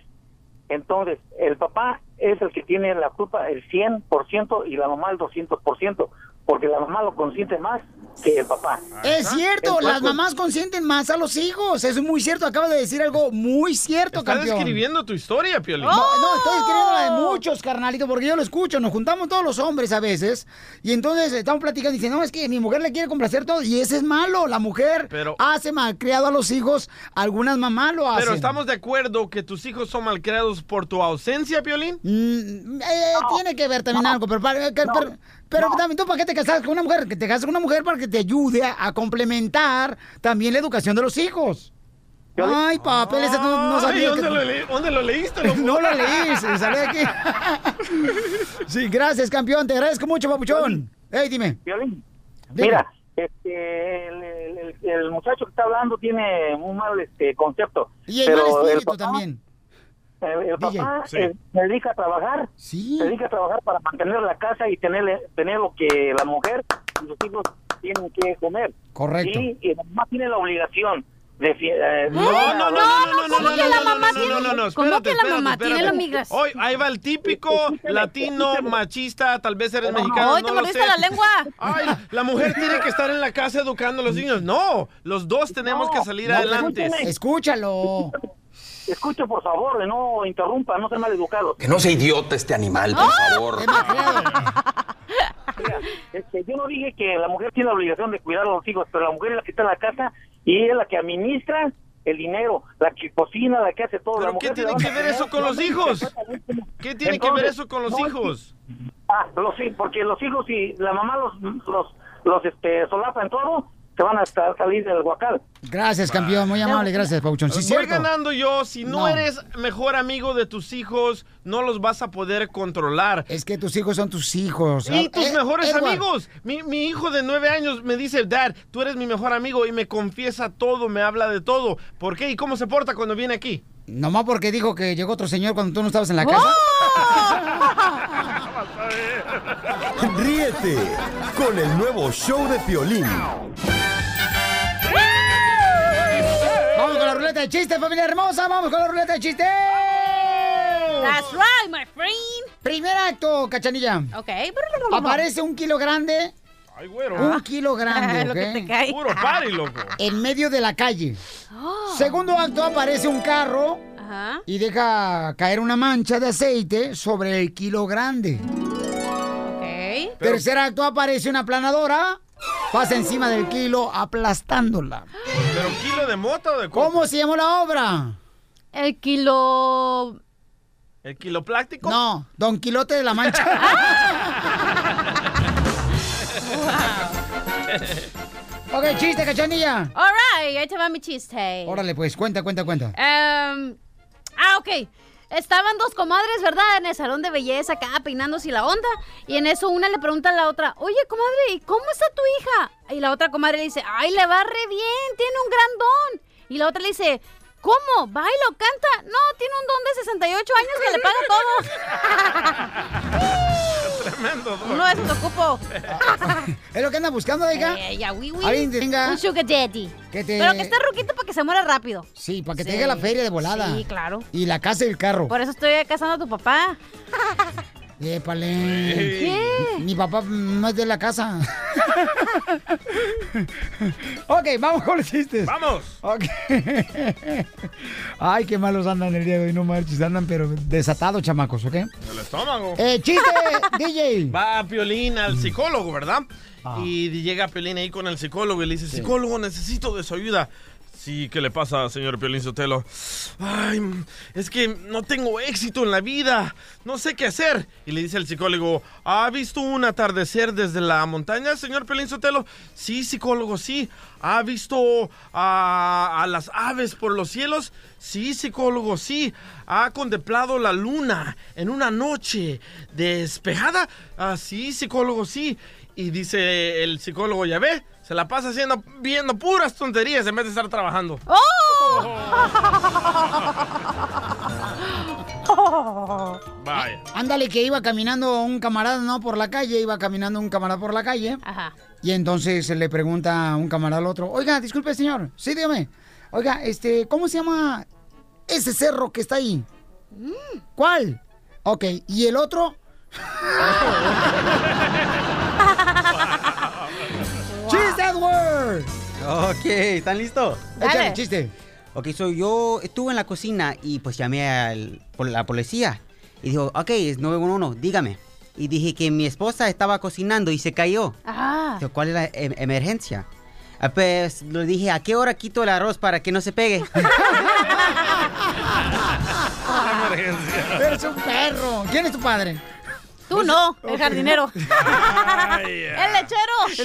Entonces, el papá es el que tiene la culpa el 100% y la mamá el 200%, porque la mamá lo consiente más que el papá.
Es cierto, las
Entonces,
mamás consienten más a los hijos. Eso es muy cierto. Acabas de decir algo muy cierto,
Estás
campeón.
describiendo tu historia, Piolín. ¡Oh!
No, no, estoy
¡Oh!
escribiendo la de muchos, carnalito, porque yo lo escucho. Nos juntamos todos los hombres a veces y entonces estamos platicando y dicen, no, es que mi mujer le quiere complacer todo y ese es malo. La mujer
Pero-
hace malcriado a los hijos. Algunas mamás lo hacen.
Pero estamos de acuerdo que tus hijos son malcriados por tu ausencia, Piolín.
Mm, eh, tiene que ver también algo, pero, para- eh, que- pero, pero también tú para qué te casas con una mujer, que te casas con una mujer para que te ayude a, a complementar también la educación de los hijos. Ay, papeles, no, no
Ay,
sabía.
¿dónde,
que-
lo le- dónde lo leíste?
no lo leí, se salió de aquí. sí, gracias, campeón, te agradezco mucho, papuchón. Ey, dime.
Violín.
Dime.
Mira, este, el, el- el- el muchacho que está hablando tiene un mal este, concepto.
Y el
pero
mal espíritu
el papá,
también.
El, el papá
Sí.
eh, se dedica a trabajar.
Sí.
Se dedica a trabajar para mantener la casa y tener, tener lo que la mujer y los hijos tienen que comer.
Correcto.
Y, y la mamá tiene la obligación de... fi- eh,
No, no, no, no, no, no,
¿cómo
no,
que la
no,
mamá
no, no, no,
tiene-
no, no,
cómo
espérate,
que la mamá
espérate,
tiene la
espérate.
migración?
Hoy, ahí va el típico latino machista, tal vez eres mexicano,
Hoy te
no lo
volviste
sé.
la lengua.
Ay, la mujer tiene que estar en la casa educando a los niños. No, los dos tenemos que salir
No,
adelante.
escúchame.
Escúchalo.
Escuche, por favor, no interrumpa, no sea maleducado.
Que no sea idiota este animal,
¡Ah!
por
Ah.
favor.
Este, yo no dije que la mujer tiene la obligación de cuidar a los hijos, pero la mujer es la que está en la casa y es la que administra el dinero, la que cocina, la que hace todo.
¿Pero
La
qué
mujer
tiene
se
que
levanta
ver
a
eso con los
trabajar.
hijos? ¿Qué tiene que ver
Entonces,
eso con los
no, es que-
hijos?
Ah, los hijos, porque los hijos si la mamá los los, los este, solapa en todo, se van a sa- salir del huacal.
Gracias, campeón, muy amable, gracias, papuchón. Sí,
Voy
cierto.
ganando yo. Si no,
No.
eres mejor amigo de tus hijos, no los vas a poder controlar.
Es que tus hijos son tus hijos.
Y tus
Eh,
mejores
Edward,
amigos. Mi, mi hijo de nueve años me dice, Dad, tú eres mi mejor amigo y me confiesa todo, me habla de todo. ¿Por qué y cómo se porta cuando viene aquí?
Nomás porque dijo que llegó otro señor cuando tú no estabas en la casa.
Ríete con el nuevo show de Piolín.
Vamos con la ruleta de chistes, familia hermosa. Vamos con la ruleta de chistes.
That's right, my friend.
Primer acto, cachanilla.
Ok.
Aparece un kilo grande. Un kilo grande.
Lo que
¿ok?
te cae. Puro
party, loco.
En medio de la calle.
Ah.
Segundo acto aparece un carro
Ajá.
y deja caer una mancha de aceite sobre el kilo grande.
Ok.
Tercer acto aparece una aplanadora, pasa encima del kilo aplastándola.
¿Pero kilo de mota o de coca?
¿Cómo se llamó la obra?
El kilo.
¿El kilo plástico?
No, Don Quilote de la Mancha. ok, chiste, cachanilla.
All right, ahí te va mi chiste.
Órale, pues, cuenta, cuenta, cuenta.
Em, ah, ok. estaban dos comadres, ¿verdad? En el salón de belleza, acá peinándose y la onda. Y en eso una le pregunta a la otra, oye, comadre, ¿y cómo está tu hija? Y la otra comadre le dice, ay, le va re bien, tiene un gran don. Y la otra le dice, ¿cómo? ¿Baila o canta? No, tiene un don de 68 años que le paga todo.
Tremendo, don.
Uno de esos ocupo.
¿Es lo que anda buscando, oiga?
Eh, ya, oui, oui.
Alguien que tenga-
Un sugar daddy.
Que te-
Pero que esté ruquito para que se muera rápido.
Sí, para que te
Sí.
llegue la feria de volada.
Sí, claro.
Y la casa y el carro.
Por eso estoy casando a tu papá.
Épale.
¿Qué?
Mi papá no es de la casa. ok, vamos con los chistes.
¡Vamos!
Ok. Ay, qué malos andan el día de hoy, no marches. Andan, pero desatados, chamacos, ¿ok?
El estómago.
Eh, chiste, DJ.
Va Piolín al psicólogo, ¿verdad? Y llega Piolín ahí con el psicólogo y le dice, psicólogo, necesito de su ayuda. Sí, ¿qué le pasa, señor Piolín Sotelo? Ay, mm, es que no tengo éxito en la vida, no sé qué hacer. Y le dice el psicólogo, ¿ha visto un atardecer desde la montaña, señor Piolín Sotelo? Sí, psicólogo, sí. ¿Ha visto a, a las aves por los cielos? Sí, psicólogo, sí. ¿Ha contemplado la luna en una noche despejada? Ah, sí, psicólogo, sí. Y dice el psicólogo, ya ve, se la pasa haciendo, viendo puras tonterías en vez de estar trabajando.
¡Oh!
Vaya.
Ándale, que iba caminando un camarada, ¿no? Por la calle, iba caminando un camarada por la calle.
Ajá.
Y entonces le pregunta un camarada al otro, oiga, disculpe, señor, sí, dígame. Oiga, este, ¿cómo se llama ese cerro que está ahí?
Mm.
¿Cuál? Ok, ¿y el otro? ¡Chiste, Edward!
Ok, ¿están listos?
Dale. Échale, chiste.
Ok, so yo estuve en la cocina y pues llamé a la policía. Y dijo, ok, es 911, dígame. Y dije que mi esposa estaba cocinando y se cayó.
Ah.
Dijo, ¿Cuál es la em- emergencia? Ah, Pues le dije, ¿a qué hora quito el arroz para que no se pegue?
Eres un perro. ¿Quién es tu padre?
Tú no, el jardinero. ¡El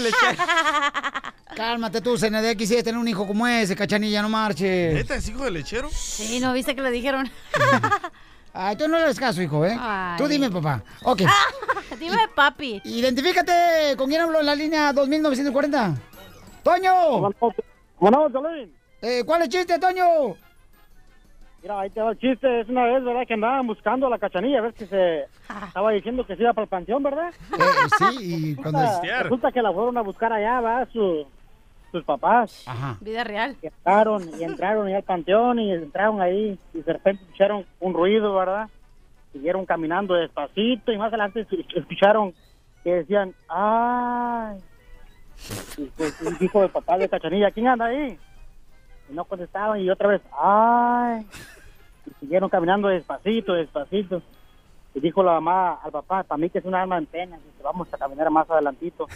lechero!
Cálmate tú, Zenedea, quisiera tener un hijo como ese, cachanilla, no marches.
¿Neta es hijo de lechero?
Sí, ¿no viste que le dijeron?
Ay, tú no le hagas caso, hijo, ¿eh?
Ay. Ah.
Tú dime, papá. Ok.
Dime, papi.
Identifícate, ¿con quién hablo en la línea 2940? ¡Toño!
Bueno, Piolín.
Eh, ¿Cuál es el chiste, Toño?
Mira, ahí te va el chiste. Es una vez, ¿verdad? Que andaban buscando a la cachanilla. Ves que se estaba diciendo que se iba para el panteón, ¿verdad?
Eh,
sí, y cuando
Resulta, resulta que la fueron a buscar allá, va, Su- sus papás.
Ajá.
Vida real.
Entraron y entraron ahí al panteón y entraron ahí. Y de repente escucharon un ruido, ¿verdad? Siguieron caminando despacito y más adelante escu- escucharon que decían, ¡ay! Y pues y dijo el papá de Cachanilla, ¿quién anda ahí? Y no contestaban y otra vez, ¡ay! Y siguieron caminando despacito, despacito. Y dijo la mamá al papá, para mí que es un alma en pena, dice, vamos a caminar más adelantito.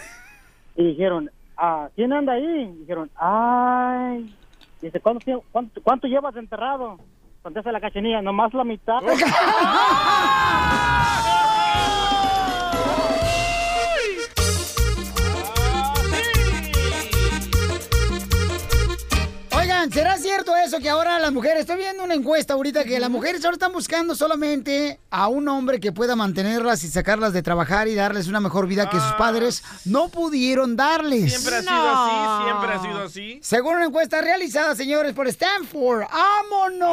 Y dijeron, ah, ¿quién anda ahí? Dijeron, ¡ay! Dice, ¿cuánto, tie- cuánto, cuánto llevas enterrado? Contesta la cachanilla, nomás la mitad.
Oigan, ¿será cierto eso que ahora las mujeres, estoy viendo una encuesta ahorita que las mujeres ahora están buscando solamente a un hombre que pueda mantenerlas y sacarlas de trabajar y darles una mejor vida que sus padres no pudieron darles?
Ah, Siempre ha sido así, siempre ha sido así.
Según una encuesta realizada, señores, por Stanford. ¡Vámonos!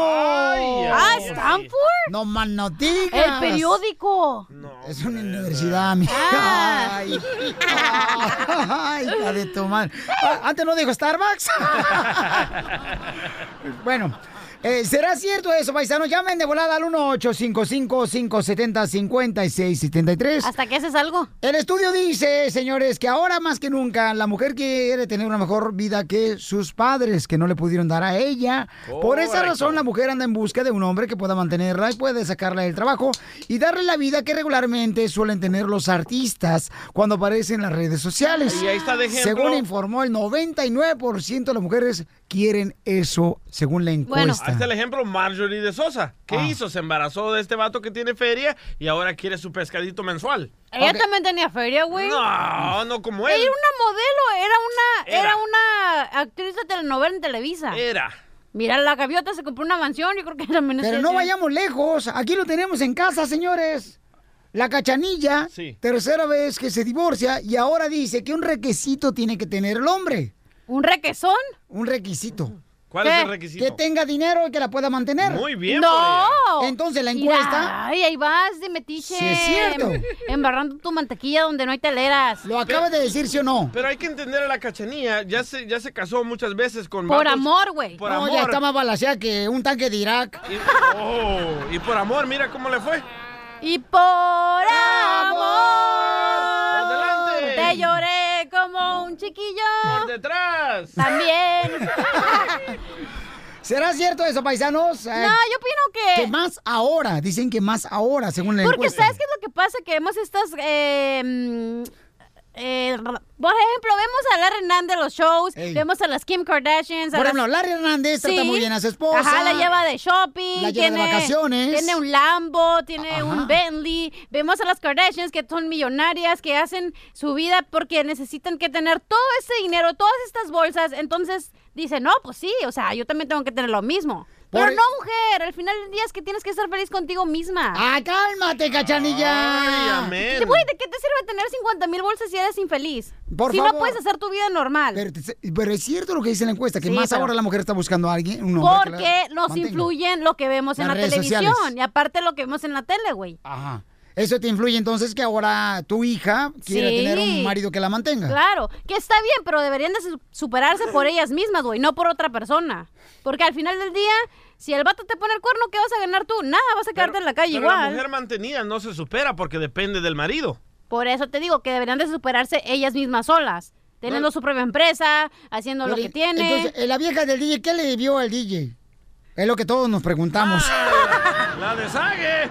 ay, Ah, ay.
Stanford? No más no digas.
El periódico.
Es una universidad, amiga. Ay, ay, hija de tu madre. Ah, Antes no dijo Starbucks. bueno, eh, ¿será cierto eso, paisanos? Llamen de volada al 1-855-570-5673.
¿Hasta qué haces algo?
El estudio dice, señores, que ahora más que nunca la mujer quiere tener una mejor vida que sus padres, que no le pudieron dar a ella. Por esa
Correcto.
razón, la mujer anda en busca de un hombre que pueda mantenerla y puede sacarla del trabajo y darle la vida que regularmente suelen tener los artistas cuando aparecen en las redes sociales.
Y ahí está de ejemplo.
Según informó, el 99% de las mujeres quieren eso, según la
Bueno,
encuesta.
ahí está el ejemplo Marjorie de Sosa. ¿Qué
Ah.
hizo? Se embarazó de este vato que tiene feria y ahora quiere su pescadito mensual.
Ella también tenía feria, güey.
No, no como él.
Era una modelo, era una, era.
Era.
una actriz de telenovela en Televisa.
Era.
Mira, la gaviota se compró una mansión, yo creo que también es
Pero no vayamos lejos. Aquí lo tenemos en casa, señores. La cachanilla, tercera vez que se divorcia y ahora dice que un requisito tiene que tener el hombre.
¿Un requesón?
Un requisito.
¿Cuál es el requisito?
Que tenga dinero y que la pueda mantener.
Muy bien
¡No!
por
Entonces la encuesta.
Ay, ahí vas de metiche.
Sí, es cierto.
em- Embarrando tu mantequilla donde no hay teleras.
Lo
acabas de decir,
¿sí o no?
Pero hay que entender a la cachanilla. Ya se, ya se casó muchas veces con
Por
vatos-
amor, güey.
Por
no,
amor.
ya está más balaseada que un tanque de Irak.
Y, oh, y por amor, mira cómo le fue.
Y por amor.
delante.
Te lloré como un chiquillo. Por
detrás.
También.
¿Será cierto eso, paisanos? Eh,
No, yo opino que-
Que más ahora. Dicen que más ahora, según la
Porque
encuesta.
¿sabes qué es lo que pasa? Que vemos estas... eh, mm, eh, r- por ejemplo, vemos a Larry Hernández en los shows,
Ey.
vemos a las Kim Kardashians. a
Por
las-
ejemplo, Larry Hernández trata muy bien a su esposa.
Ajá, la lleva de shopping.
La lleva de
tiene-
vacaciones.
Tiene un Lambo, tiene un Bentley. Vemos a las Kardashians que son millonarias, que hacen su vida porque necesitan que tener todo ese dinero, todas estas bolsas. Entonces dice, no, pues sí, o sea, yo también tengo que tener lo mismo. Pero
Por- e-
no, mujer, al final del día es que tienes que estar feliz contigo misma.
¡Ah, cálmate, cachanilla! Ay, amén.
Te- Güey, ¿de qué te sirve tener 50 mil bolsas si eres infeliz?
Por
si no
favor.
puedes hacer tu vida normal.
Pero, te- pero es cierto lo que dice la encuesta, que
Sí,
más
pero-
ahora la mujer está buscando a alguien. un hombre que la
Porque nos
mantenga.
influyen lo que vemos en
Las
la
redes
televisión
sociales. Ah,
y aparte lo que vemos en la tele, güey.
Ajá. Eso te influye entonces que ahora tu hija quiere
Sí.
tener un marido que la mantenga.
Claro, que está bien, pero deberían de su- superarse por ellas mismas, güey, no por otra persona. Porque al final del día, si el vato te pone el cuerno, ¿qué vas a ganar tú? Nada, vas a quedarte en la calle
Pero la
igual.
mujer mantenida no se supera porque depende del marido.
Por eso te digo que deberían de superarse ellas mismas solas. Teniendo su propia empresa, haciendo lo
Pero,
que tiene.
Entonces, eh, la vieja del DJ, ¿qué le vio al DJ? Es lo que todos nos preguntamos.
La deshague.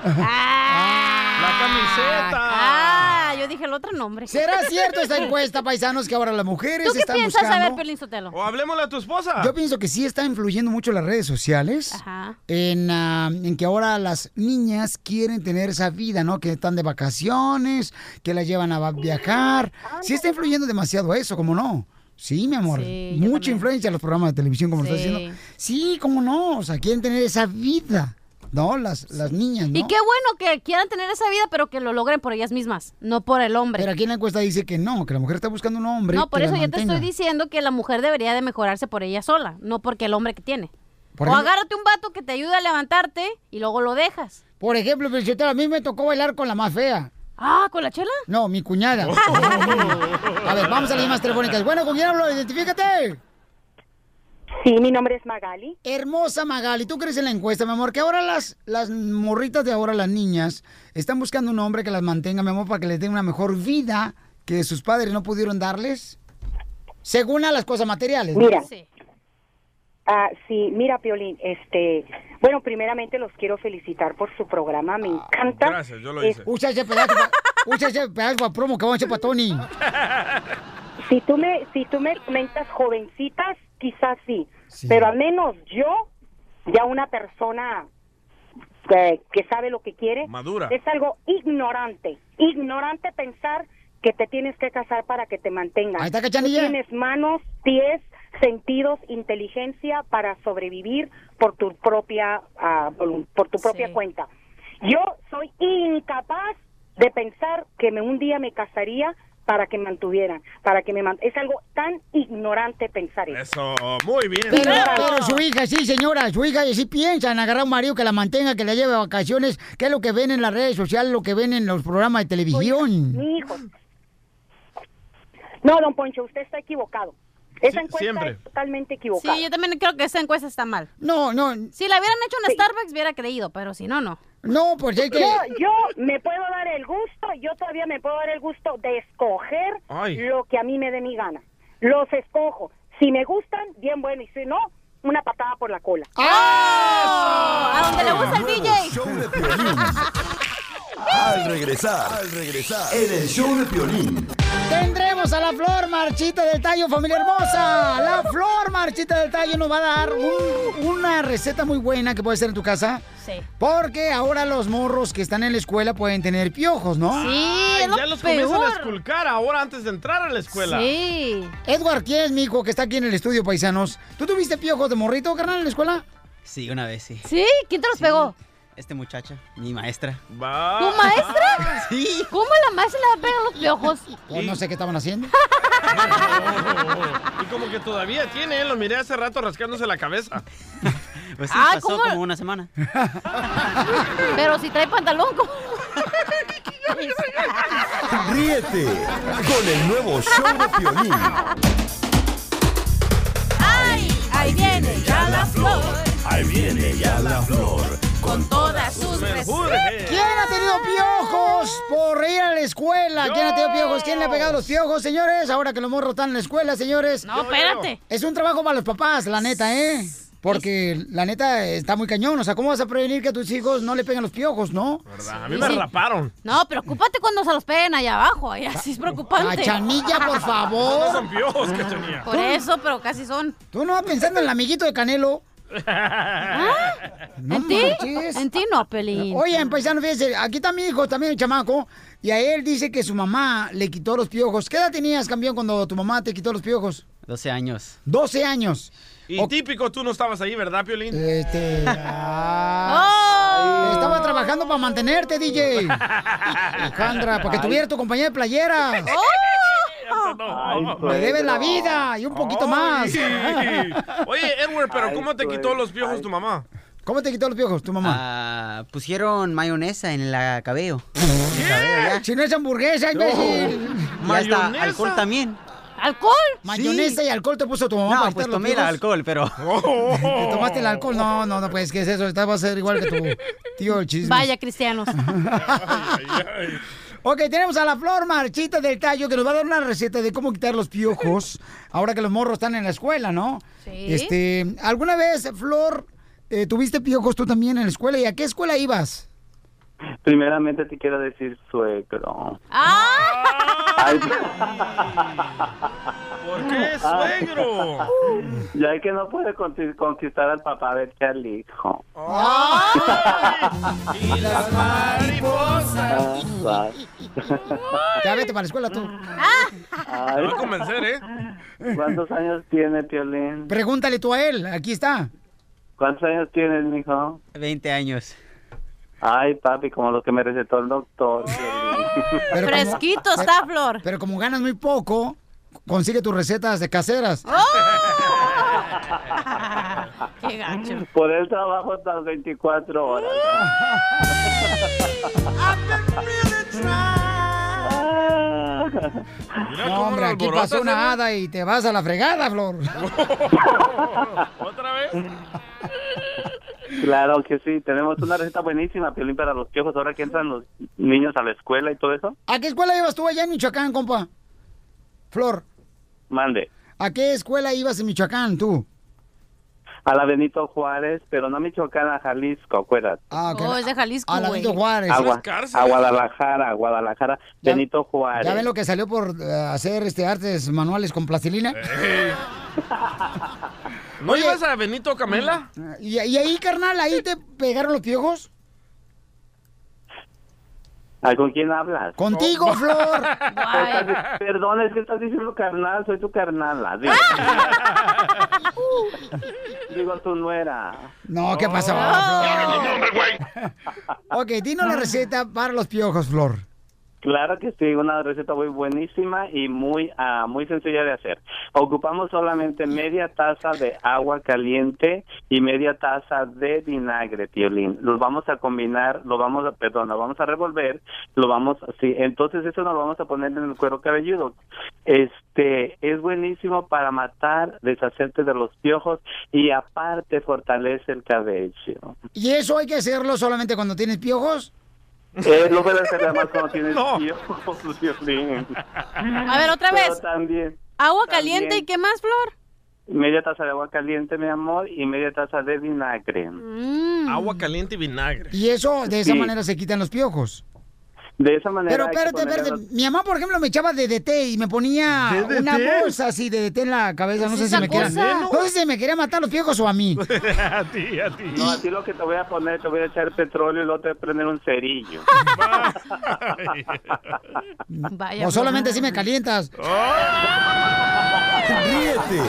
Ah, yo dije el otro nombre.
¿Será cierto esta encuesta, paisanos, que ahora las mujeres
¿Tú qué
están
piensas
buscando?
saber, Pelín Sotelo?
O hablemosle a tu esposa.
Yo pienso que sí está influyendo mucho las redes sociales
Ajá.
en, ah, en que ahora las niñas quieren tener esa vida, ¿no? Que están de vacaciones, que las llevan a va- viajar. Sí está influyendo demasiado eso, ¿cómo no? Sí, mi amor. Mucha influencia en los programas de televisión, como lo
Sí.
estás diciendo. Sí, ¿cómo no? O sea, quieren tener esa vida, ¿no? Las, las niñas, ¿no?
Y qué bueno que quieran tener esa vida, pero que lo logren por ellas mismas, no por el hombre.
Pero aquí en la encuesta dice que no, que la mujer está buscando un hombre.
no, por
que
eso
la
yo te
mantenga.
estoy diciendo que la mujer debería de mejorarse por ella sola, no porque el hombre que tiene.
Por
o
ejemplo-
agárrate un vato que te ayude a levantarte y luego lo dejas.
Por ejemplo, pero yo te- a mí me tocó bailar con la más fea.
Ah, ¿con la chela?
No, mi cuñada. a ver, vamos a las más telefónicas. Bueno, ¿con quién hablo? Identifícate.
Sí, mi nombre es Magali.
Hermosa Magali, ¿tú crees en la encuesta, mi amor? Que ahora las, las morritas de ahora, las niñas, están buscando un hombre que las mantenga, mi amor, para que les dé una mejor vida que sus padres no pudieron darles. Según a las cosas materiales. ¿no?
Mira. Ah, sí, mira, Piolín, este, bueno, primeramente los quiero felicitar por su programa, me encanta.
Gracias, yo Ah, lo hice.
Usa ese pedazo, pa- usa ese pedazo pa' promo que vamos a hacer para Tony.
Si tú me, si tú me comentas jovencitas, quizás sí, pero al menos yo, ya una persona que, que sabe lo que quiere,
Madura.
es algo ignorante, ignorante pensar que te tienes que casar para que te mantengan.
Ahí está,
Tú
Cachanilla.
tienes manos, pies, sentidos, inteligencia para sobrevivir por tu propia, ah, volun- por tu propia cuenta. Yo soy incapaz de pensar que me, un día me casaría para que me mantuvieran, para que me man- es algo tan ignorante pensar eso.
Eso, muy bien.
Pero, pero su hija, sí, señora, su hija sí piensa en agarrar a un marido que la mantenga, que la lleve a vacaciones, que es lo que ven en las redes sociales, lo que ven en los programas de televisión.
Mi hijo. No, don Poncho, usted está equivocado. Esa
Sí,
encuesta
siempre.
es totalmente equivocada.
Sí, yo también creo que esa encuesta está mal.
No, no.
Si la hubieran hecho en Starbucks, hubiera creído, pero si no, no.
No, pues es que-
Yo, yo me puedo dar el gusto, yo todavía me puedo dar el gusto de escoger
Ay.
lo que a mí me dé mi gana. Los escojo. Si me gustan, bien bueno. Y si no, una patada por la cola.
¡Ah! A donde le gusta el DJ.
Al regresar, al regresar, en el show de Piolín.
Tendremos a la flor marchita del tallo, familia hermosa. La flor marchita del tallo nos va a dar un- una receta muy buena que puede ser en tu casa.
Sí.
Porque ahora los morros que están en la escuela pueden tener piojos, ¿no?
Ay, ya los comienzan a esculcar ahora antes de entrar a la escuela.
Sí. Edward, ¿quién es mi hijo que está aquí en el estudio, paisanos? ¿Tú tuviste piojos de morrito, carnal, en la escuela?
Sí, una vez sí.
¿Sí? ¿Quién te los pegó?
Este muchacho, mi maestra.
¿Tu maestra? Sí. ¿Cómo la maestra le va a pegar los piojos?
Yo no sé qué estaban haciendo.
Y como que todavía tiene, ¿eh? lo miré hace rato rascándose la cabeza.
Pues sí,
Ah,
pasó
¿cómo?
como una semana.
Pero si trae pantalón, ¿cómo?
Ríete con el nuevo show de Piolín.
¡Ay! Ahí viene ya la flor
Ahí viene ya la flor.
con todas sus recetas.
¿Quién ha tenido piojos por ir a la escuela? ¿Quién ha tenido piojos? ¿Quién le ha pegado los piojos, señores? Ahora que los morros están en la escuela, señores.
No, espérate.
Es un trabajo para los papás, la neta, ¿eh? Porque la neta está muy cañón. O sea, ¿cómo vas a prevenir que a tus hijos no le peguen los piojos, no?
A mí me raparon.
No, preocúpate cuando se los peguen allá abajo. Allá sí es preocupante.
Cachanilla, por favor.
No son piojos que tenía.
Por eso, pero casi son.
Tú no vas pensando en el amiguito de Canelo. No
¿En ti?
manches. Eh,
En ti no, Pelín.
Oye, en paisano, fíjense, aquí está mi hijo, también el chamaco, y a él dice que su mamá le quitó los piojos. ¿Qué edad tenías, campeón, cuando tu mamá te quitó los piojos?
12 años.
12 años.
Y típico, tú no estabas ahí, ¿verdad, Piolín?
Este.
¡Oh!
Ah, Estaba trabajando para mantenerte, DJ. Alejandra, para que tuviera tu compañía de playeras.
¡Oh!
Me debes la vida y un poquito más.
Sí. Oye, Edward, pero ¿cómo te quitó los piojos tu mamá?
¿Cómo te quitó los piojos tu mamá?
Ah, pusieron mayonesa en el cabello.
Si no es hamburguesa, imbécil.
Y hasta alcohol también.
¿Alcohol?
Mayonesa y alcohol te puso tu mamá. para
No,
quitar
pues
los
tomé el
piojos.
alcohol, pero...
¿Te tomaste el alcohol? No, no, no, pues, ¿qué es eso? Esta va a ser igual que tu tío el chisme.
Vaya, cristianos.
Ok, tenemos a la flor marchita del tallo que nos va a dar una receta de cómo quitar los piojos ahora que los morros están en la escuela, ¿no?
Sí.
Este, ¿alguna vez, Flor, eh, tuviste piojos tú también en la escuela? ¿Y a qué escuela ibas?
Primeramente te quiero decir suegro.
Ah.
Ay,
¿Por qué, suegro?
ya que no puede conti- conquistar al papá de Charlie, hijo.
Y las mariposas.
Ah,
Ya vete para la escuela tú.
ay.
Te va a convencer, ¿eh?
¿Cuántos años tiene, Piolín?
Pregúntale tú a él, aquí está.
¿Cuántos años tienes, mijo?
20 años.
Ay, papi, como lo que me recetó el doctor. Piolín.
Fresquito está, Flor.
Pero como ganas muy poco, consigue tus recetas de caseras.
Qué gacho.
Por el trabajo las 24 horas.
¡Oh! No, hombre, aquí pasó una hada y te vas a la fregada, Flor.
Claro que sí, tenemos una receta buenísima, Piolín, para los piojos, ahora que entran los niños a la escuela y todo eso.
¿A qué escuela ibas tú allá en Michoacán, compa? Flor,
Mande.
¿a qué escuela ibas en Michoacán tú?
A la Benito Juárez, pero no a Michoacán, a Jalisco, acuérdate.
Ah, ok.
Oh, es de Jalisco,
A la
güey.
Benito Juárez.
A, Gua- a Guadalajara, a Guadalajara, Benito Juárez.
¿Ya ven lo que salió por eh, hacer este artes manuales con plastilina?
Eh. ¿No ibas a Benito Camela?
¿Y, y ahí, carnal, ahí te pegaron los piojos?
Ay, ¿Con quién hablas?
Contigo, Flor.
Estás- Perdón, es que estás diciendo carnal, soy tu carnala. Digo,
Ah.
Digo, tu nuera.
No,
Oh.
¿qué pasó? Flor? ok, dinos la receta para los piojos, Flor.
Claro que sí, una receta muy buenísima y muy ah, muy sencilla de hacer. Ocupamos solamente media taza de agua caliente y media taza de vinagre, piolín. Los vamos a combinar, lo vamos a, perdón, lo vamos a revolver, lo vamos, sí, entonces eso nos lo vamos a poner en el cuero cabelludo. Este, es buenísimo para matar, deshacerte de los piojos y aparte fortalece el cabello.
¿Y eso hay que hacerlo solamente cuando tienes piojos?
Eh, no puedes hacer nada más cuando tienes
No.
piojos, piolín.
A ver, otra
Pero
vez.
también.
Agua
También.
caliente y qué más, Flor?
Media taza de agua caliente, mi amor, y media taza de vinagre.
Mm.
Agua caliente y vinagre.
Y eso, de esa
Sí.
manera se quitan los piojos.
De esa manera.
Pero
hay que
espérate,
ponerle
espérate.
los-
Mi mamá, por ejemplo, me echaba DDT y me ponía
¿DDT?
una bolsa así de DDT en la cabeza. No
Pues ¿Es
sé si
esa
me quería.
cosa?
No sé si me quería matar los viejos o a mí.
a ti, a ti. No, a ti lo que te voy a poner, te voy a echar petróleo y luego te voy a prender un cerillo.
o solamente
pues,
si me calientas.
Ríete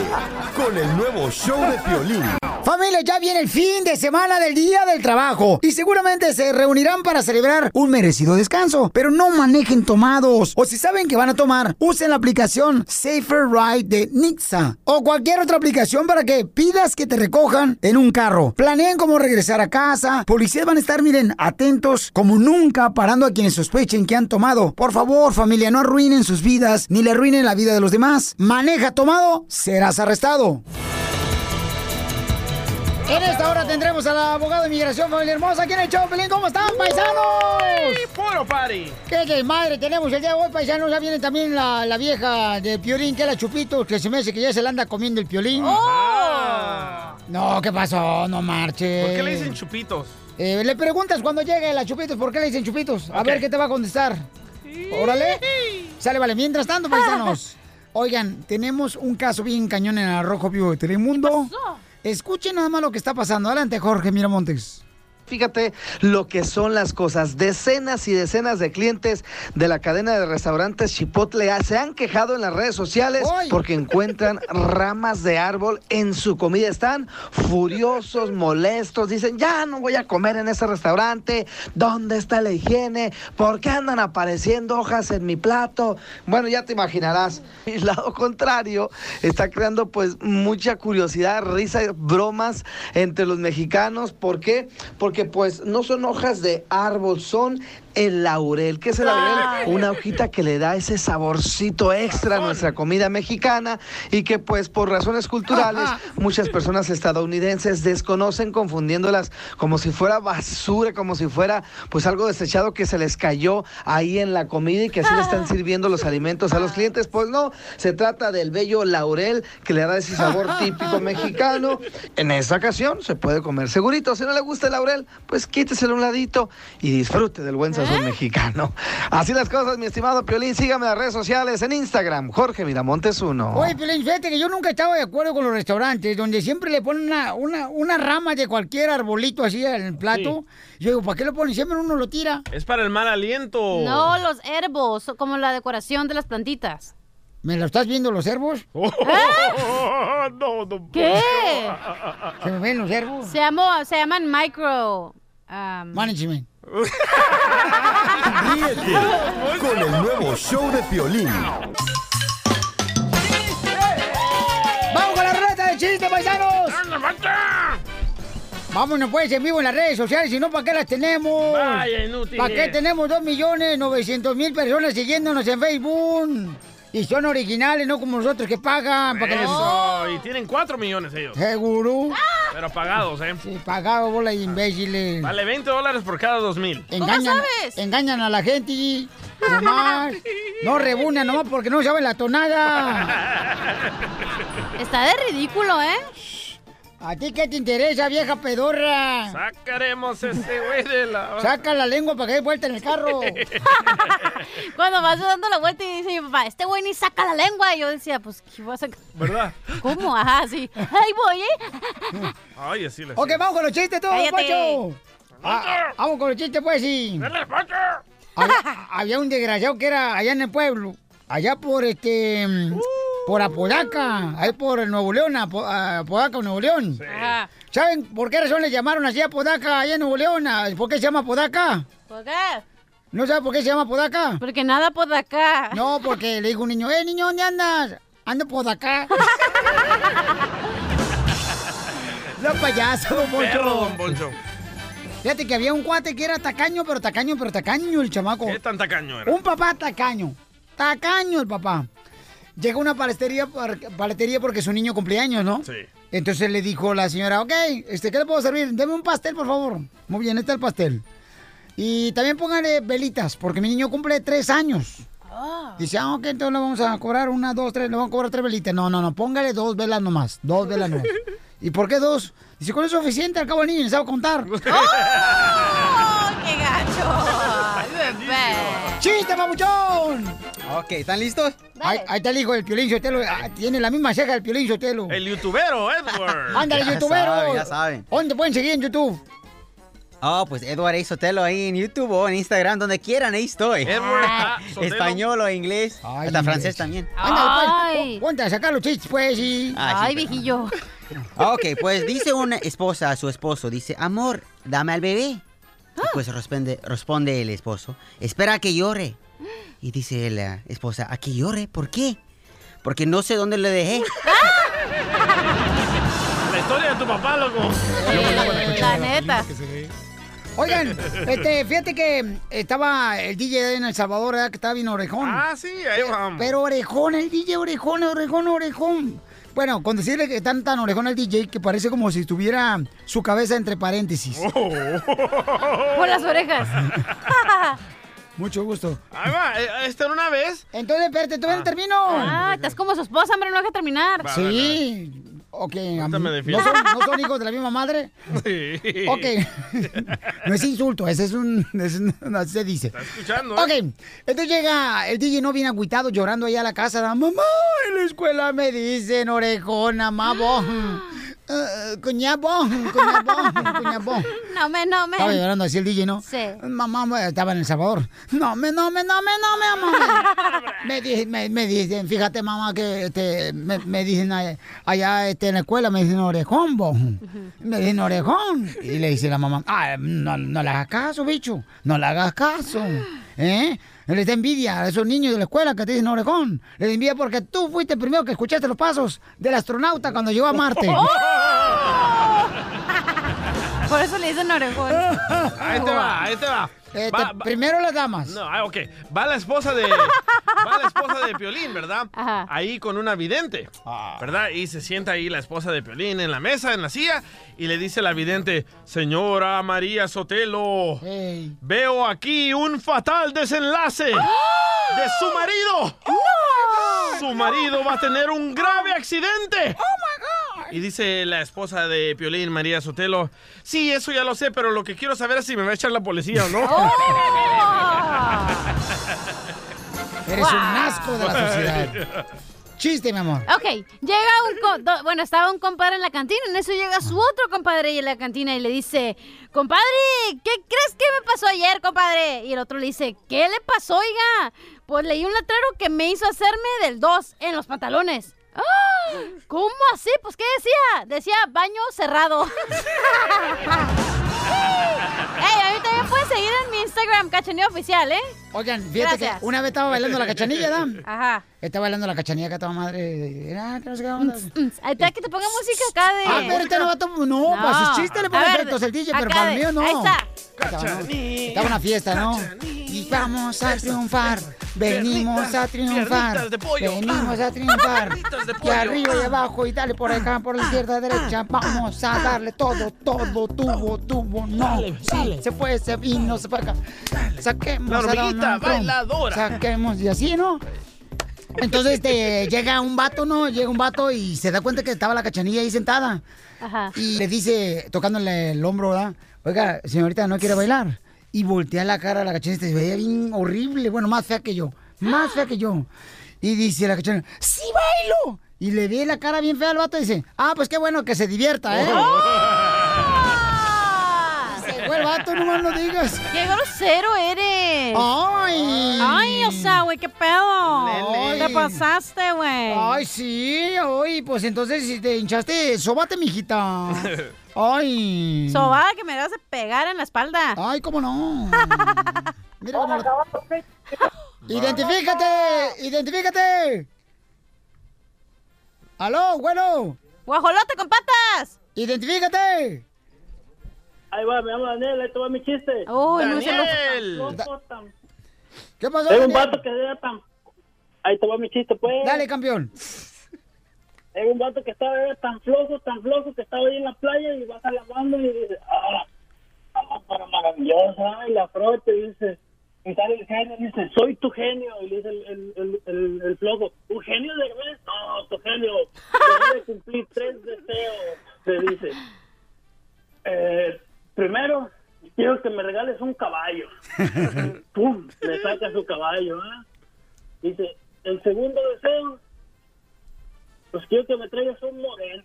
con el nuevo show de Piolín.
Familia, ya viene el fin de semana del Día del Trabajo y seguramente se reunirán para celebrar un merecido descanso, pero no manejen tomados o si saben que van a tomar, usen la aplicación Safer Ride de Nixa o cualquier otra aplicación para que pidas que te recojan en un carro. Planeen cómo regresar a casa, policías van a estar, miren, atentos como nunca parando a quienes sospechen que han tomado. Por favor, familia, no arruinen sus vidas ni le arruinen la vida de los demás. Maneja tomado, serás arrestado. En esta hora tendremos al abogado de inmigración, familia hermosa, aquí en el show, Pelín. ¿Cómo están, paisanos?
¡Puro party!
¿Qué desmadre tenemos el día de hoy, paisanos? Ya viene también la, la vieja de Piolín, que es la Chupito, que se me hace que ya se la anda comiendo el Piolín. ¡Oh! No, ¿qué pasó? No marches.
¿Por qué le dicen chupitos?
Eh, le preguntas cuando llegue la Chupitos, ¿por qué le dicen Chupitos? A
Ok.
ver qué te va a contestar. Órale. Sale, vale. Mientras tanto, paisanos. Oigan, tenemos un caso bien cañón en el Rojo Vivo de Telemundo. Escuchen nada más lo que está pasando. Adelante, Jorge Miramontes.
Fíjate lo que son las cosas. Decenas y decenas de clientes de la cadena de restaurantes Chipotle ah, se han quejado en las redes sociales porque encuentran ramas de árbol en su comida. Están furiosos, molestos. Dicen, ya no voy a comer en ese restaurante. ¿Dónde está la higiene? ¿Por qué andan apareciendo hojas en mi plato? Bueno, ya te imaginarás. El lado contrario está creando pues mucha curiosidad, risa, bromas entre los mexicanos. ¿Por qué? Porque pues no son hojas de árbol, son el laurel. ¿Qué es el laurel? Una hojita que le da ese saborcito extra a nuestra comida mexicana y que pues por razones culturales muchas personas estadounidenses desconocen confundiéndolas como si fuera basura, como si fuera pues algo desechado que se les cayó ahí en la comida y que así le están sirviendo los alimentos a los clientes. Pues no, se trata del bello laurel que le da ese sabor típico mexicano. En esta ocasión se puede comer segurito. Si no le gusta el laurel, pues quíteselo a un ladito y disfrute del buen sazón mexicano. Así las cosas, mi estimado Piolín. Sígame en las redes sociales, en Instagram, Jorge Miramontes 1.
Oye, Piolín, fíjate que yo nunca estaba de acuerdo con los restaurantes, donde siempre le ponen una, una, una rama de cualquier arbolito así en el plato. Yo digo, ¿para qué lo ponen? Siempre uno lo tira.
Es para el mal aliento.
No, los herbos, son como la decoración de las plantitas.
¿Me lo estás viendo los cervos?
No, no.
¿Eh? ¿Qué?
¿Se me ven los cervos?
Se, llamó- se llaman micro... um,
Management.
Ríete con el nuevo show de Piolín.
¡Vamos con la ruleta de chistes, paisanos! Vámonos pues en vivo en las redes sociales, si no, ¿para qué las tenemos?
Vaya, inútiles.
¿Para qué tenemos 2.900.000 personas siguiéndonos en Facebook? Y son originales, no como nosotros que pagan. Para que les...
Eso, y tienen cuatro millones ellos.
Seguro.
Pero pagados, ¿eh?
Pagado, bola de imbéciles.
Vale 20 dólares por cada 2000.
Engañan, engañan a la gente y nomás. No rebunan nomás porque no saben la tonada.
Está de ridículo, ¿eh?
¿A ti qué te interesa, vieja pedorra?
Sacaremos ese güey de la.
Saca la lengua para que dé vuelta en el carro.
Cuando vas dando la vuelta y dice mi papá, este güey ni saca la lengua. Y yo decía, pues, ¿qué voy a sacar?
¿Verdad?
¿Cómo? Ajá, sí. Ahí voy, ¿eh?
Ay, así les.
ok, vamos con los chistes todos,
Cállate.
Pacho. Ah, vamos con los chistes, pues, sí. Había, había un desgraciado que era allá en el pueblo. Allá por este. Por Apodaca. Ahí por el Nuevo León, Apo- a- Apodaca, Nuevo León.
Ajá.
¿Saben por qué razón le llamaron así a Apodaca, allá en Nuevo León? ¿A- ¿Por qué se llama Apodaca?
¿Por qué?
¿No sabe por qué se llama Podaca?
Porque nada Podaca.
No, porque le dijo un niño, eh, niño, ¿dónde andas? Ando Podaca. Lo payaso, don Poncho.
Perro, don Poncho.
Fíjate que había un cuate que era tacaño, pero tacaño, pero tacaño el chamaco.
¿Qué tan tacaño era?
Un papá tacaño. Tacaño el papá. Llega a una paletería, par- paletería porque su niño cumpleaños, ¿no?
Sí.
Entonces le dijo la señora, ok, este, ¿qué le puedo servir? Deme un pastel, por favor. Muy bien, ahí está el pastel. Y también póngale velitas, porque mi niño cumple tres años. Dice, ah, ok, entonces le vamos a cobrar una, dos, tres, le vamos a cobrar tres velitas. No, no, no, póngale dos velas nomás, dos velas nomás. ¿Y por qué dos? Dice, con eso es suficiente, al cabo el niño ni sabe contar.
¡Oh, qué gacho! Ay, bebé.
¡Chiste, papuchón!
Ok, ¿están listos?
Ahí, ahí está el hijo del Piolín Sotelo. Ah, Tiene la misma ceja del Piolín Sotelo.
El youtubero, Edward.
Ándale, youtubero.
saben, ya saben.
¿Dónde pueden seguir en YouTube?
Ah, pues Eduardo Sotelo ahí en YouTube o en Instagram, donde quieran, ahí estoy.
Edward A. Sotelo.
Español o inglés, hasta francés también.
Ah.
Ándale, pues. Ponte a sacar los chistes, pues, y...
Ah, sí, pero-
viejillo.
Ah, Ok, pues dice una esposa a su esposo, dice, amor, dame al bebé. Y pues responde, responde el esposo, espera a que llore. Y dice la esposa, ¿a que llore? ¿Por qué? Porque no sé dónde le dejé.
¡Ah!
La historia de tu papá, loco.
La neta.
Oigan, este, fíjate que estaba el DJ en El Salvador, ¿verdad? que estaba bien orejón.
Ah, sí, ahí vamos.
Pero orejón, el DJ orejón, orejón, orejón. Bueno, con decirle que tan tan orejón el DJ que parece como si tuviera su cabeza entre paréntesis.
Oh.
Por las orejas.
Mucho gusto.
Ahí va, eh, esta era una vez.
Entonces, espérate, todavía no termino. pues,
Ah, estás como su esposa, hombre, no deja terminar.
Va,
sí. Ok, am-
me defino.
¿no son, no son hijos de la misma madre? Ok. no es insulto, ese es un... ese es un- así se dice.
Escuchando. ¿eh?
Ok, entonces llega el DJ no bien agüitado llorando allá a la casa. da, Mamá, en la escuela me dicen orejona,
Ah.
mamá. Ah, Cuñabón, cuñabón, cuñabón.
No me, no me.
pues, Estaba llorando así el DJ, ¿no?
Sí.
Mamá estaba en El Salvador. No me, no me, no me, no me, mamá. me, di- me, me dicen, fíjate, mamá, que este, me, me dicen allá, allá, este, en la escuela, me dicen orejón, vos. Me dicen orejón. Y le dice la mamá, ah, no, no le hagas caso, bicho. No le hagas caso. ¿Eh? Les da envidia a esos niños de la escuela que te dicen orejón. Les da envidia porque tú fuiste el primero que escuchaste los pasos del astronauta cuando llegó a Marte.
¡Oh! Por eso le dicen orejón.
Ahí te va, ahí te va.
Este,
Va- va-
Primero las damas.
No, ah, ok. Va la esposa de. Va la esposa de Piolín, ¿verdad? Ahí con una vidente. ¿Verdad? Y se sienta ahí la esposa de Piolín en la mesa, en la silla, y le dice la vidente: Señora María Sotelo, veo aquí un fatal desenlace de su marido. Su marido va a tener un grave accidente. Y dice la esposa de Piolín, María Sotelo, sí, eso ya lo sé, pero lo que quiero saber es si me va a echar la policía o no.
¡Oh!
Oh.
Eres un asco de la sociedad. Chiste, mi amor.
Ok, llega un... co- do- bueno, estaba un compadre en la cantina, en eso llega su otro compadre ahí en la cantina y le dice, compadre, ¿qué crees que me pasó ayer, compadre? Y el otro le dice, ¿qué le pasó, oiga? Pues leí un letrero que me hizo hacerme del 2 en los pantalones. ¡Ah! ¿Cómo así? Pues, ¿qué decía? Decía baño cerrado. Ey, a mí también pueden seguir en mi Instagram, cachaneo oficial, ¿eh?
Oigan, Fíjate que una vez estaba bailando la cachanilla, ¿da?
Ajá.
Estaba bailando la cachanilla acá, toda madre. Era, que no sé qué onda.
Ahí está que te ponga música acá de.
Ah, pero este no va a tomar. No,
No.
para sus chistes le ponen
A ver,
efectos el DJ, pero
acá
para el
de-
mío no.
ahí está.
Estaba, ¿no? Estaba una fiesta, ¿no? Y vamos a triunfar. Venimos a triunfar.
piernitas de pollo.
Venimos a triunfar.
de
Y
pollo. Ah,
arriba y abajo y dale por acá, por la izquierda, derecha. Vamos a darle todo, todo, tubo, tubo, no. Sí, se fue, se vino, se fue acá. Saquemos
La
a Donald
hormiguita
Trump.
bailadora.
Saquemos y así, ¿no? Entonces este, llega un vato, ¿no? Llega un vato y se da cuenta que estaba la cachanilla ahí sentada.
Ajá.
Y le dice, tocándole el hombro, ¿verdad? Oiga, señorita, ¿no quiere bailar? Y voltea la cara a la cachanilla y se veía bien horrible. Bueno, más fea que yo. Más fea que yo. Y dice la cachanilla, ¡sí bailo! Y le ve la cara bien fea al vato y dice, ah, pues qué bueno que se divierta, ¿eh? Se fue el vato, nomás no digas. Ah.
¡Qué grosero eres!
¡Ay!
Oh. ¡Ay, o sea, güey, qué pedo!
Lele.
¡Te pasaste, güey!
Ay, sí, ay, pues entonces si te hinchaste, sóbate, mijita. Ay.
Sobada que me das de pegar en la espalda.
Ay, cómo no. Mira cómo lo- Identifícate, identifícate. Aló, bueno.
Guajolote con patas.
Identifícate.
Ahí va, me llamo Daniel, ahí te va mi chiste.
Uy,
Oh, no se lo- ¿Qué pasó?
Hay un
Daniel?
vato que era tan... Ahí te va mi chiste, pues.
Dale, campeón.
Hay un vato que estaba era tan flojo, tan flojo, que estaba ahí en la playa y baja la mano y dice, ah, agua para maravillosa, y la frota y dice, y sale el genio y dice, soy tu genio, y le dice el, el, el, el, el flojo, ¿un genio de vez? No, tu genio, te voy a cumplir tres deseos, le dice. Eh, primero, quiero quiero que me regales un caballo. ¡Pum! Le saca su caballo, ¿ah? Dice, el segundo deseo, pues quiero que me traigas un moreno.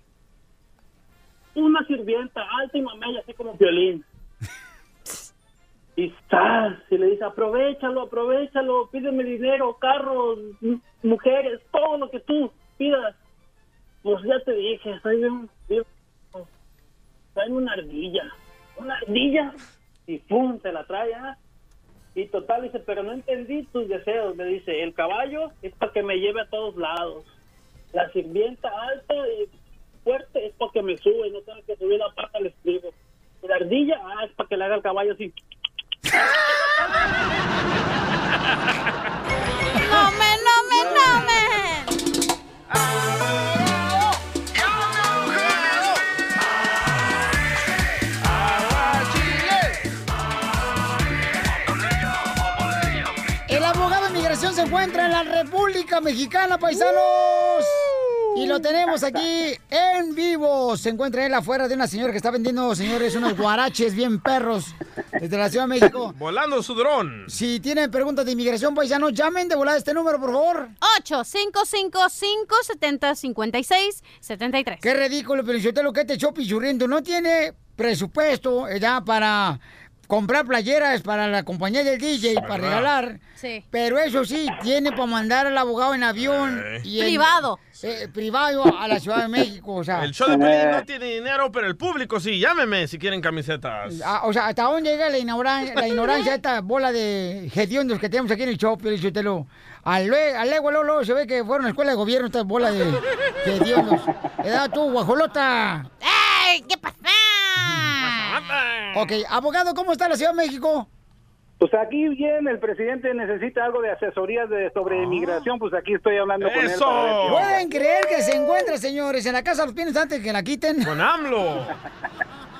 Una sirvienta alta y mamella, así como violín. Y ¡zas! Y le dice, aprovechalo, aprovechalo, pídeme dinero, carros, m- mujeres, todo lo que tú pidas. Pues ya te dije, soy bien, bien trae una ardilla, una ardilla, y pum, se la trae, ah. y total, dice, pero no entendí tus deseos, me dice, el caballo es para que me lleve a todos lados, la sirvienta alta y fuerte es para que me sube, no tengo que subir la pata al estribo, y la ardilla, ah, es para que le haga el caballo así.
No me, no me, no me.
El abogado de migración se encuentra en la República Mexicana, paisanos.
Uh.
Y lo tenemos aquí en vivo. Se encuentra él afuera de una señora que está vendiendo, señores, unos guaraches bien perros desde la Ciudad de México.
Volando su dron.
Si tienen preguntas de inmigración, paisanos, llamen de volada a este número, por favor.
855-570-5673.
Qué ridículo, pero yo te lo que te echó pichurriendo. No tiene presupuesto eh, ya para comprar playeras para la compañía del DJ, para
¿Verdad?
regalar.
Sí.
Pero eso sí, tiene para mandar al abogado en avión.
Ey.
en-
Privado.
eh, privado a la Ciudad de México, o sea.
El show de Pelín no tiene dinero, pero el público sí. Llámeme si quieren camisetas.
Ah, o sea, ¿hasta dónde llega la, ignoran- la ignorancia esta bola de hediondos que tenemos aquí en el show, Pelichotelo? Al lue- al luego, luego, luego se ve que fueron a escuela de gobierno esta bola de hediondos. Edad tú, guajolota.
¡Ey! ¿Qué pasa?
Ok, abogado, ¿cómo está la Ciudad de México?
Pues aquí bien, el presidente necesita algo de asesorías de, sobre inmigración, pues aquí estoy hablando con él. para ver qué onda.
Ah. ¿Pueden creer que se encuentra, señores, en la casa de los pines antes que la quiten? Con
AMLO.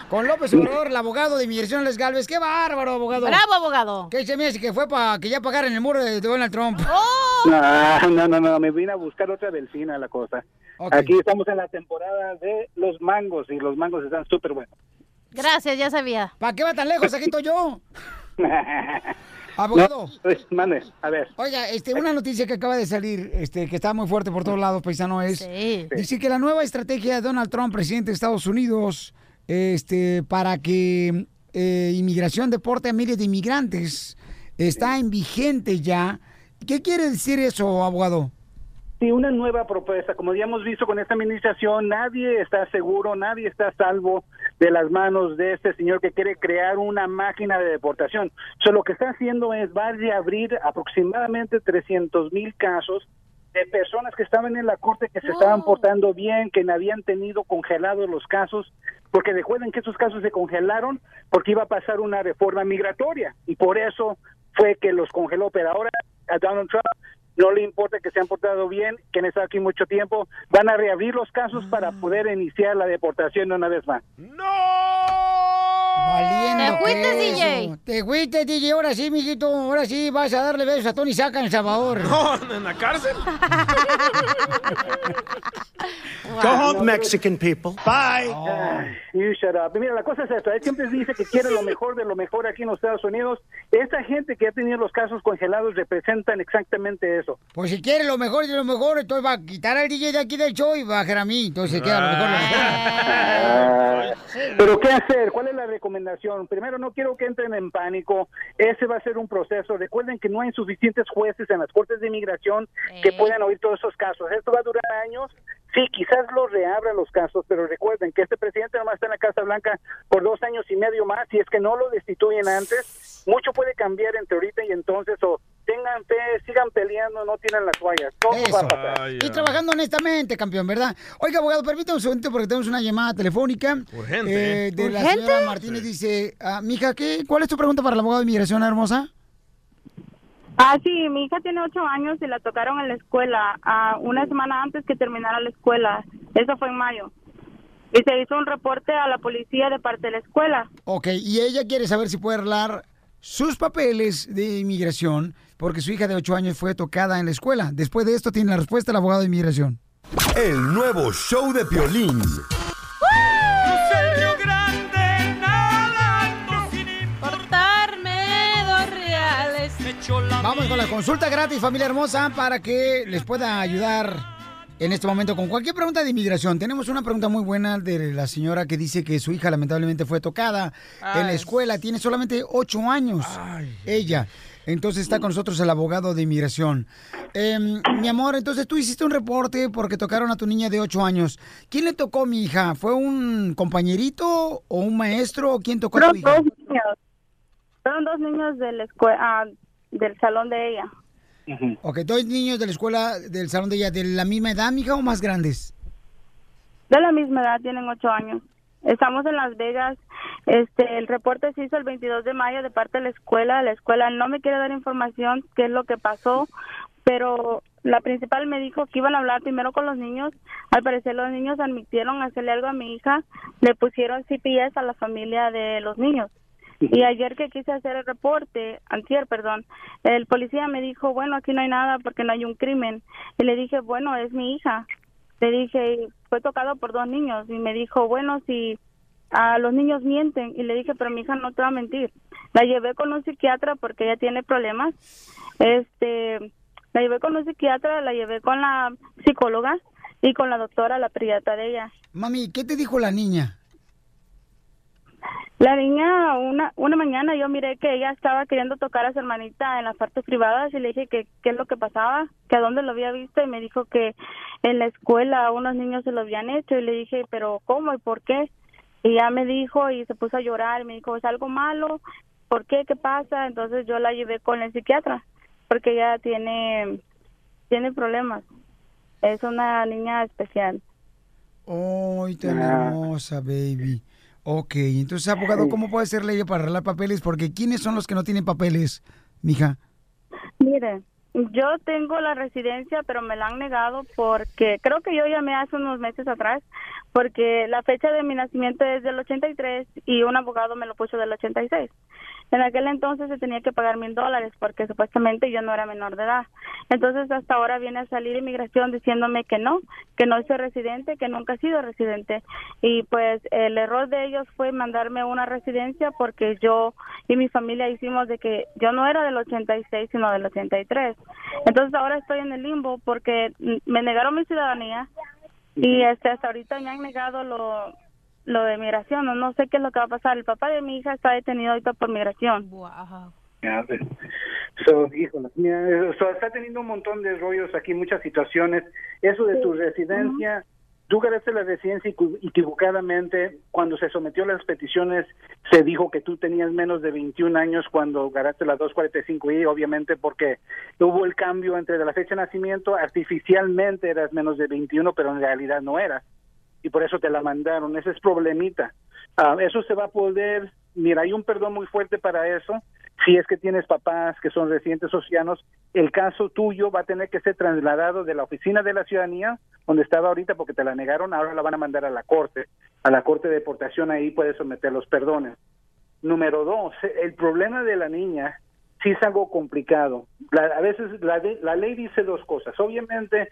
Con López Obrador, el abogado de inmigración Les Galvez. ¡Qué bárbaro, abogado!
¡Bravo, abogado! Oh,
Que se me hace que fue para que ya pagaran el muro de Donald Trump.
Ah, no, no, no, me vine a buscar otra delfina la cosa.
Ok.
Aquí estamos en la temporada de los mangos y los mangos están súper buenos.
Gracias, ya sabía.
¿Para qué va tan lejos? Aquí estoy yo.
Abogado.
Abogado.
pues, mande, a ver.
Oiga, este, una noticia que acaba de salir, este, que está muy fuerte por todos lados, paisano, es dice que la nueva estrategia de Donald Trump, presidente de Estados Unidos, este, para que eh, inmigración deporte a miles de inmigrantes, está invigente ya. ¿Qué quiere decir eso, abogado?
Sí, una nueva propuesta. Como ya hemos visto con esta administración, nadie está seguro, nadie está a salvo de las manos de este señor que quiere crear una máquina de deportación. So, lo que está haciendo es va a reabrir aproximadamente 300 mil casos de personas que estaban en la corte que se estaban portando bien, que no habían tenido congelados los casos, porque recuerden que esos casos se congelaron porque iba a pasar una reforma migratoria y por eso fue que los congeló, pero ahora a Donald Trump no le importa que se han portado bien, que han estado aquí mucho tiempo, van a reabrir los casos para poder iniciar la deportación una vez más.
Valiendo
Te fuiste,
queso.
DJ.
Te fuiste, DJ. Ahora sí, mijito. Ahora sí vas a darle besos a Tony Saca en El Salvador.
No, en la cárcel.
Go home, Mexican people. Bye.
Ay, you shut up. Mira, la cosa es esta. Él siempre dice que quiere lo mejor de lo mejor aquí en los Estados Unidos. Esta gente que ha tenido los casos congelados representan exactamente eso.
Pues si quiere lo mejor de lo mejor, entonces va a quitar al DJ de aquí del show y va a dejar a mí. Entonces queda lo mejor. de lo mejor.
Ah, Pero ¿qué hacer? ¿Cuál es la recomendación? Primero, no quiero que entren en pánico. Ese va a ser un proceso. Recuerden que no hay suficientes jueces en las cortes de inmigración que puedan oír todos esos casos. Esto va a durar años. Sí, quizás lo reabra los casos, pero recuerden que este presidente nomás está en la Casa Blanca por dos años y medio más. Si es que no lo destituyen antes, mucho puede cambiar entre ahorita y entonces. O tengan fe, sigan peleando, no tienen las toallas. Todo va a pasar.
pues. Y trabajando honestamente, campeón, ¿verdad? Oiga, abogado, permítame un segundito porque tenemos una llamada telefónica.
Urgente.
Eh, de la
¿Urgente?
señora Martínez dice, ah, mija, ¿qué, ¿cuál es tu pregunta para el abogado de inmigración, hermosa?
Ah, sí, mi hija tiene ocho años y la tocaron en la escuela, ah, una semana antes que terminara la escuela. Eso fue en mayo. Y se hizo un reporte a la policía de parte de la escuela.
Ok, y ella quiere saber si puede arreglar sus papeles de inmigración porque su hija de 8 años fue tocada en la escuela. Después de esto tiene la respuesta el abogado de inmigración.
El nuevo show de Piolín.
grande, nadando sin
Vamos con la consulta gratis, familia hermosa, para que les pueda ayudar en este momento con cualquier pregunta de inmigración. Tenemos una pregunta muy buena de la señora que dice que su hija lamentablemente fue tocada en la
Ay.
escuela. Tiene solamente ocho años ella. Entonces está con nosotros el abogado de inmigración. Em, mi amor, entonces tú hiciste un reporte porque tocaron a tu niña de ocho años. ¿Quién le tocó mi hija? ¿Fue un compañerito o un maestro? ¿Quién tocó a tu hija?
Fueron dos niños. Fueron dos niños de la escue- ah, del salón de ella.
Ok, dos niños de la escuela, del salón de ella, ¿de la misma edad, mija, o más grandes?
De la misma edad, tienen ocho años. Estamos en Las Vegas. Este, el reporte se hizo el 22 de mayo de parte de la escuela. La escuela no me quiere dar información qué es lo que pasó, pero la principal me dijo que iban a hablar primero con los niños. Al parecer los niños admitieron hacerle algo a mi hija. Le pusieron CPS a la familia de los niños. Y ayer que quise hacer el reporte, antier, perdón, el policía me dijo, bueno, aquí no hay nada porque no hay un crimen. Y le dije, bueno, es mi hija. Le dije, fue tocado por dos niños. Y me dijo, bueno, si a los niños mienten. Y le dije, pero mi hija no te va a mentir. La llevé con un psiquiatra porque ella tiene problemas. Este, la llevé con un psiquiatra, la llevé con la psicóloga y con la doctora, la pediatra de ella.
Mami, ¿qué te dijo la niña?
La niña, una, una mañana yo miré que ella estaba queriendo tocar a su hermanita en las partes privadas y le dije que qué es lo que pasaba, que a dónde lo había visto y me dijo que en la escuela unos niños se lo habían hecho y le dije, pero ¿cómo y por qué? Y ya me dijo y se puso a llorar y me dijo, ¿es algo malo? ¿Por qué? ¿Qué pasa? Entonces yo la llevé con el psiquiatra porque ella tiene, tiene problemas. Es una niña especial. Ah.
Ay, tan hermosa, baby. Ok, entonces, abogado, ¿cómo puede ser ley para arreglar papeles? Porque ¿quiénes son los que no tienen papeles, mija?
Mire, yo tengo la residencia, pero me la han negado porque creo que yo llamé hace unos meses atrás, porque la fecha de mi nacimiento es del 83 y un abogado me lo puso del 86. En aquel entonces se tenía que pagar mil dólares porque supuestamente yo no era menor de edad. Entonces hasta ahora viene a salir inmigración diciéndome que no, que no soy residente, que nunca he sido residente. Y pues el error de ellos fue mandarme a una residencia porque yo y mi familia hicimos de que yo no era del 86 sino del 83. Entonces ahora estoy en el limbo porque mm, me negaron mi ciudadanía y este hasta ahorita me han negado lo lo de migración, no, no sé qué es lo que va a pasar. El papá de mi hija está detenido ahorita por migración.
Ya sé. So, híjole, mira, so, está teniendo un montón de rollos aquí, muchas situaciones. Eso de tu residencia, tú ganaste la residencia equi- equivocadamente. Cuando se sometió a las peticiones, se dijo que tú tenías menos de 21 años cuando ganaste la 245I, obviamente porque hubo el cambio entre la fecha de nacimiento, artificialmente eras menos de 21, pero en realidad no eras. Y por eso te la mandaron. Ese es problemita. Ah, eso se va a poder. Mira, hay un perdón muy fuerte para eso. Si es que tienes papás que son residentes oceanos, el caso tuyo va a tener que ser trasladado de la oficina de la ciudadanía, donde estaba ahorita porque te la negaron, ahora la van a mandar a la corte. A la corte de deportación ahí puedes someter los perdones. Número dos, el problema de la niña sí es algo complicado. La- a veces la, de- la ley dice dos cosas. Obviamente,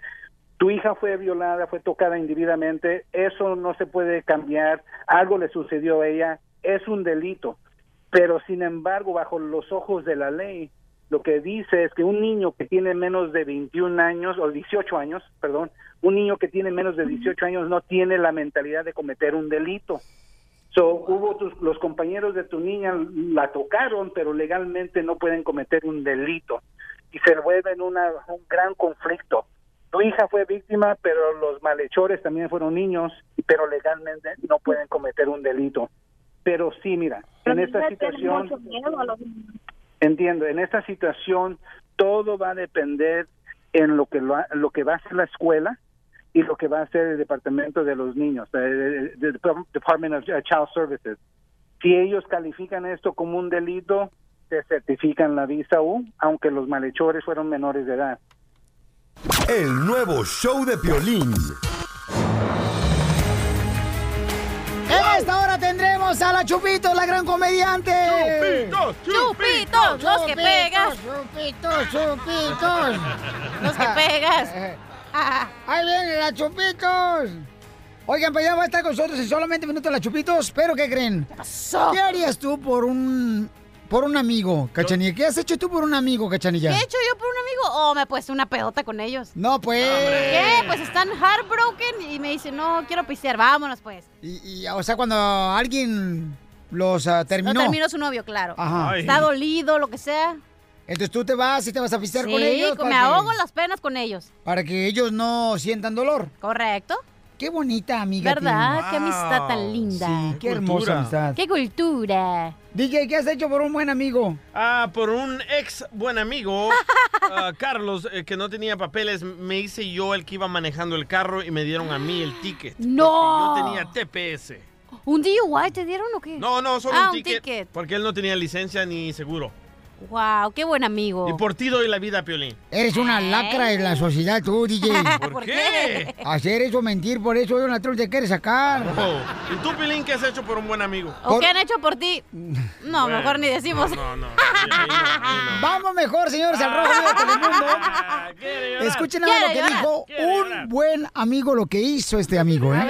tu hija fue violada, fue tocada individualmente, eso no se puede cambiar, algo le sucedió a ella, es un delito. Pero sin embargo, bajo los ojos de la ley, lo que dice es que un niño que tiene menos de 21 años, o 18 años, perdón, un niño que tiene menos de 18 años no tiene la mentalidad de cometer un delito. So, hubo tus- los compañeros de tu niña la tocaron, pero legalmente no pueden cometer un delito y se vuelve en una, un gran conflicto. Tu hija fue víctima, pero los malhechores también fueron niños, pero legalmente no pueden cometer un delito. Pero sí, mira, en esta situación Entiendo, en esta situación todo va a depender en lo que lo, ha- lo que va a hacer la escuela y lo que va a hacer el departamento de los niños, eh, el el Department of eh, Child Services. Si ellos califican esto como un delito, te certifican la visa U, aunque los malhechores fueron menores de edad.
El nuevo show de Piolín.
En esta hora tendremos a la Chupitos, la gran comediante.
Chupitos,
Chupitos, los que pegas.
Chupitos, chupitos.
Los que pegas.
Ahí viene la Chupitos. Oigan, pues ya va a estar con nosotros en solamente minutos la Chupitos, pero ¿qué creen? ¿Qué harías tú por un por un amigo, Cachanilla. ¿Qué has hecho tú por un amigo, Cachanilla?
¿Qué he hecho yo por un amigo o me he puesto una pedota con ellos?
No, pues.
¿Qué? Pues están heartbroken y me dicen, no, quiero pistear, vámonos pues.
Y, y, o sea, cuando alguien los ah,
No
terminó.
terminó su novio, claro.
Ajá. Ay.
Está dolido, lo que sea.
Entonces tú te vas y te vas a pistear con
Sí,
ellos.
me
para que-
ahogo las penas con ellos.
Para que ellos no sientan dolor.
Correcto.
Qué bonita amiga.
¿Verdad?
tienes.
Qué amistad tan linda.
Sí, qué hermosa amistad.
Qué cultura.
DJ, ¿qué has hecho por un buen amigo?
Ah, por un ex buen amigo, ah, Carlos, eh, que no tenía papeles, me hice yo el que iba manejando el carro y me dieron a mí el ticket.
No.
Yo tenía TPS.
¿Un DUI te dieron o qué?
No, no, solo
ah,
un, ticket, Porque él no tenía licencia ni seguro.
Wow, qué buen amigo.
Y por ti doy la vida, Piolín.
Eres una lacra en la sociedad tú, DJ.
¿Por qué?
Hacer eso, mentir, por eso Donald Trump te quiere sacar.
Oh, ¿Y tú, Piolín, qué has hecho por un buen amigo?
¿O qué han hecho por ti? No,
Bueno,
mejor ni decimos.
No, no, no.
Vamos mejor, señores, al rojo vivo de Telemundo. Escuchen ahora lo que
Quiere llorar.
dijo un buen amigo, lo que hizo este amigo, ¿eh?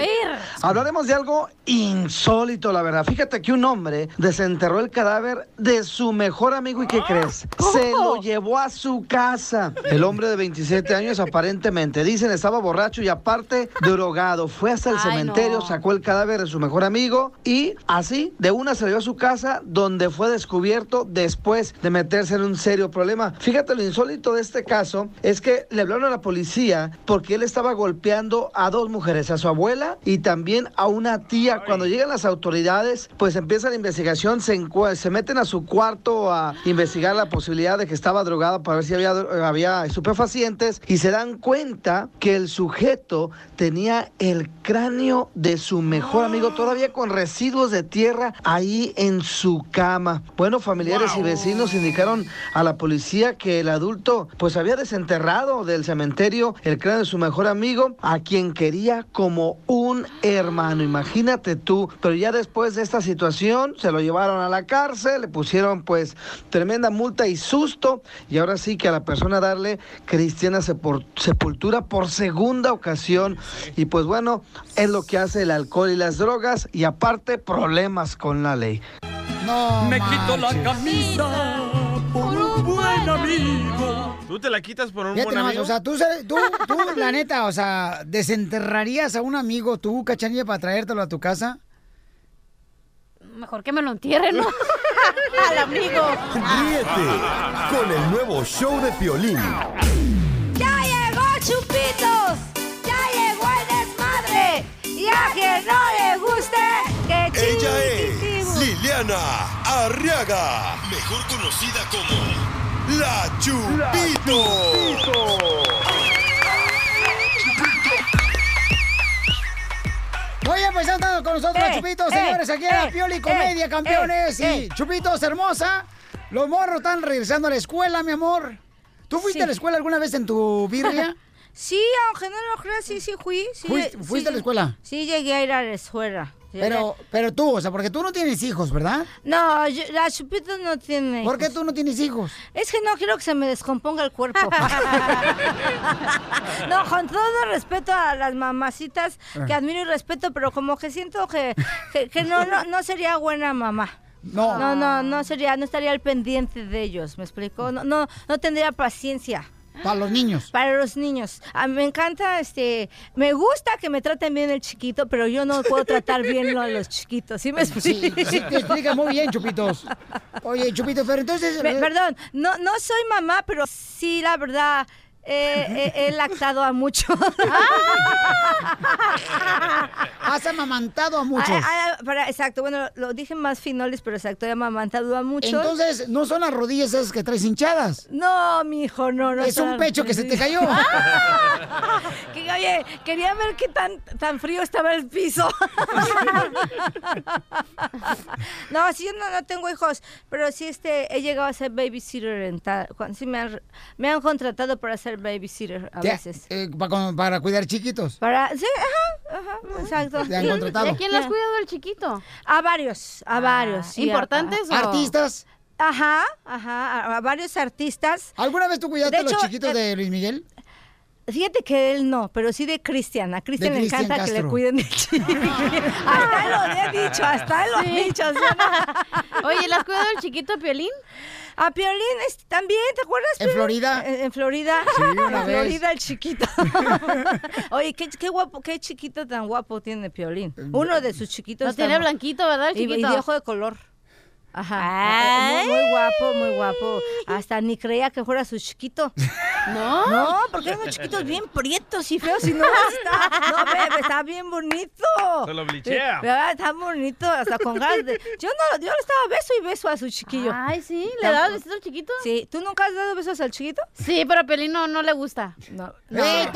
Hablaremos de algo insólito, la verdad. Fíjate que un hombre desenterró el cadáver de su mejor amigo y ¿qué crees? Se lo llevó a su casa. El hombre de 27 años aparentemente, dicen, estaba borracho y aparte drogado. Fue hasta el cementerio, sacó el cadáver de su mejor amigo y así de una se lo llevó a su casa donde fue descubierto después de meterse en un serio problema. Fíjate lo insólito de este caso es que le hablaron a la policía porque él estaba golpeando a dos mujeres, a su abuela y también a una tía. Cuando llegan las autoridades, pues empieza la investigación, se, encue- se meten a su cuarto a investigar la posibilidad de que estaba drogada para ver si había, dro- había estupefacientes y se dan cuenta que el sujeto tenía el cráneo de su mejor amigo todavía con residuos de tierra ahí en su cama. Bueno, familiares y vecinos indicaron a la policía que el adulto pues había desenterrado del cementerio el cráneo de su mejor amigo a quien quería como un hermano. Imagínate tú, pero ya después de esta situación se lo llevaron a la cárcel, le pusieron pues tremenda multa y susto y ahora sí que a la persona darle cristiana sepor- sepultura por segunda ocasión y pues bueno, es lo que hace el alcohol y las drogas y aparte problemas con la ley.
Me quito la camisa por un buen amigo.
¿Tú te la quitas por un
Fíjate
buen
nomás,
amigo?
o sea, tú, sabes- tú, tú, la neta, o sea, ¿desenterrarías a un amigo tú, Cachanilla, para traértelo a tu casa?
Mejor que me lo entierren, ¿no? Al amigo.
Ríete con el nuevo show de Piolín.
¡Ya llegó Chupitos! ¡Ya llegó el desmadre! ¡Y a quien no le guste, que
Ella es Liliana Arriaga, mejor conocida como La Chupito.
Oye, pues ya están con nosotros
Eh,
Chupitos,
eh,
señores, aquí en la
eh,
Pioli Comedia,
eh,
campeones.
eh, eh.
Y Chupitos, hermosa, los morros están regresando a la escuela, mi amor. ¿Tú fuiste
Sí.
a la escuela alguna vez en tu birria?
sí, aunque no lo creas, sí, sí fui. Sí,
¿Fuiste-
sí,
fuiste a la escuela?
Sí, llegué a ir a la escuela. Llegué.
Pero, pero tú, o sea, porque tú no tienes hijos, ¿verdad?
No, yo- la chupita no tiene.
¿Por qué tú no tienes hijos?
Es que no quiero que se me descomponga el cuerpo. no, con todo respeto a las mamacitas que
Ah.
admiro y respeto, pero como que siento que, que, que no, no, no sería buena mamá.
No.
No, no, no sería, no estaría al pendiente de ellos, ¿me explico? No, no, no tendría paciencia.
Para los niños.
Para los niños. A mí me encanta, este, me gusta que me traten bien el chiquito, pero yo no puedo tratar bien a los chiquitos, pues, ¿sí me
Sí,
explico?
sí te explica muy bien, Chupitos. Oye, Chupitos, pero entonces...
Pe- perdón, no, no soy mamá, pero sí, la verdad, eh, he- he lactado a muchos.
Has amamantado a muchos.
Ah, ah, para- exacto, bueno, lo dije más finoles, pero exacto, he amamantado a muchos.
Entonces, ¿no son las rodillas esas que traes hinchadas?
No, mi hijo, no, no.
Es un
son-
pecho que se te cayó.
Que, oye, quería ver qué tan, tan frío estaba el piso. no, sí, yo no, no tengo hijos, pero sí este, he llegado a ser babysitter. En ta- cuan- sí, me han, me han contratado para ser babysitter a
Te-
veces.
eh, pa- con- para cuidar chiquitos.
Para, sí, ajá, ajá, exacto.
Ah, Te han ¿Y- contratado. y a quién le has
cuidado el chiquito? A varios, a varios. sí, a-
Ah, ¿Importantes o- ¿Artistas?
Ajá, ajá, a, a varios artistas. eh,
¿Alguna vez tú cuidaste a los chiquitos de Luis Miguel?
Fíjate que él no, pero sí de Cristian. A Cristian
De
le
Cristian
encanta que
Castro.
le cuiden el chiquillo. hasta él lo había dicho, hasta él lo
Sí.
había dicho.
Oye, ¿las cuidado el chiquito Piolín?
A Piolín este, también, ¿te acuerdas?
¿En
Piolín?
Florida?
En, en Florida.
Sí, una
en
vez.
Florida el chiquito. Oye, qué, qué guapo, qué chiquito tan guapo tiene Piolín.
Eh,
Uno de sus chiquitos.
Lo tiene
tan-
blanquito, ¿verdad, el
Y-
chiquito?
Y, de ojo de color. Ajá. Eh, Muy, muy guapo, muy guapo. Hasta ni creía que fuera su chiquito.
No.
No, porque eran unos chiquitos bien prietos y feos y no está. No, bebé, está bien bonito.
Se lo blichea.
Eh, ¿verdad? Está bonito, hasta con ganas de- Yo no, yo le estaba beso y beso a su chiquillo.
Ay, sí, ¿le dabas besitos al chiquito?
Sí, ¿tú nunca has dado besos al chiquito?
Sí, pero a Piolín no, no le gusta.
No.
¿Qué?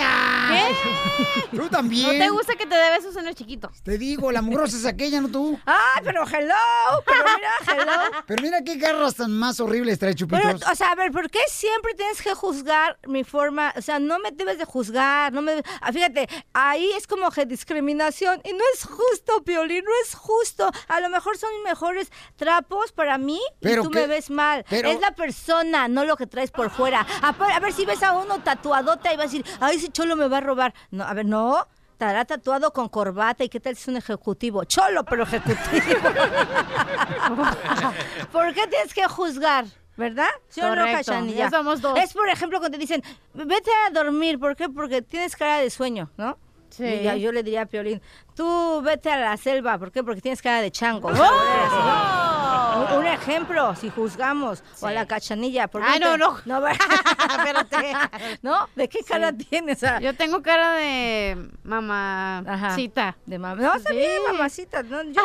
Tú también.
¿No te gusta que te dé besos en el chiquito?
Te digo, la mugrosa es aquella, no tú.
¡Ay, pero hello! Pero mira, hello.
Pero mira qué garras tan más horribles trae Chupitos.
Pero, o sea, a ver, ¿por qué siempre tienes que juzgar mi forma? O sea, no me debes de juzgar, no me... Ah, Fíjate, ahí es como que discriminación y no es justo, Piolín, no es justo. A lo mejor son mejores trapos para mí
Pero
y tú
qué-
me ves mal.
pero-
Es la persona, no lo que traes por fuera. A, pa- a ver, si ves a uno tatuadota y vas a decir, ay, ese cholo me va a robar. No, a ver, no. Estará tatuado con corbata y qué tal si es un ejecutivo. Cholo, pero ejecutivo. ¿Por qué tienes que juzgar? ¿Verdad? Sí o no,
Correcto,
Cachanilla?
ya somos dos.
Es por ejemplo cuando te dicen, vete a dormir, ¿por qué? Porque tienes cara de sueño, ¿no?
Sí.
Y ya yo le diría a Piolín, tú vete a la selva, ¿por qué? Porque tienes cara de chango.
¡Oh!
O sea, ¿verdad? Un- Un ejemplo, si juzgamos, o a la cachanilla, ¿por qué?
Ay, no,
te-
no.
No, ¿verdad? espérate. ¿No? ¿De qué cara tienes? Ah.
Yo tengo cara de mamacita. Ah,
De mamá. No, está bien, mamacita. No, yo,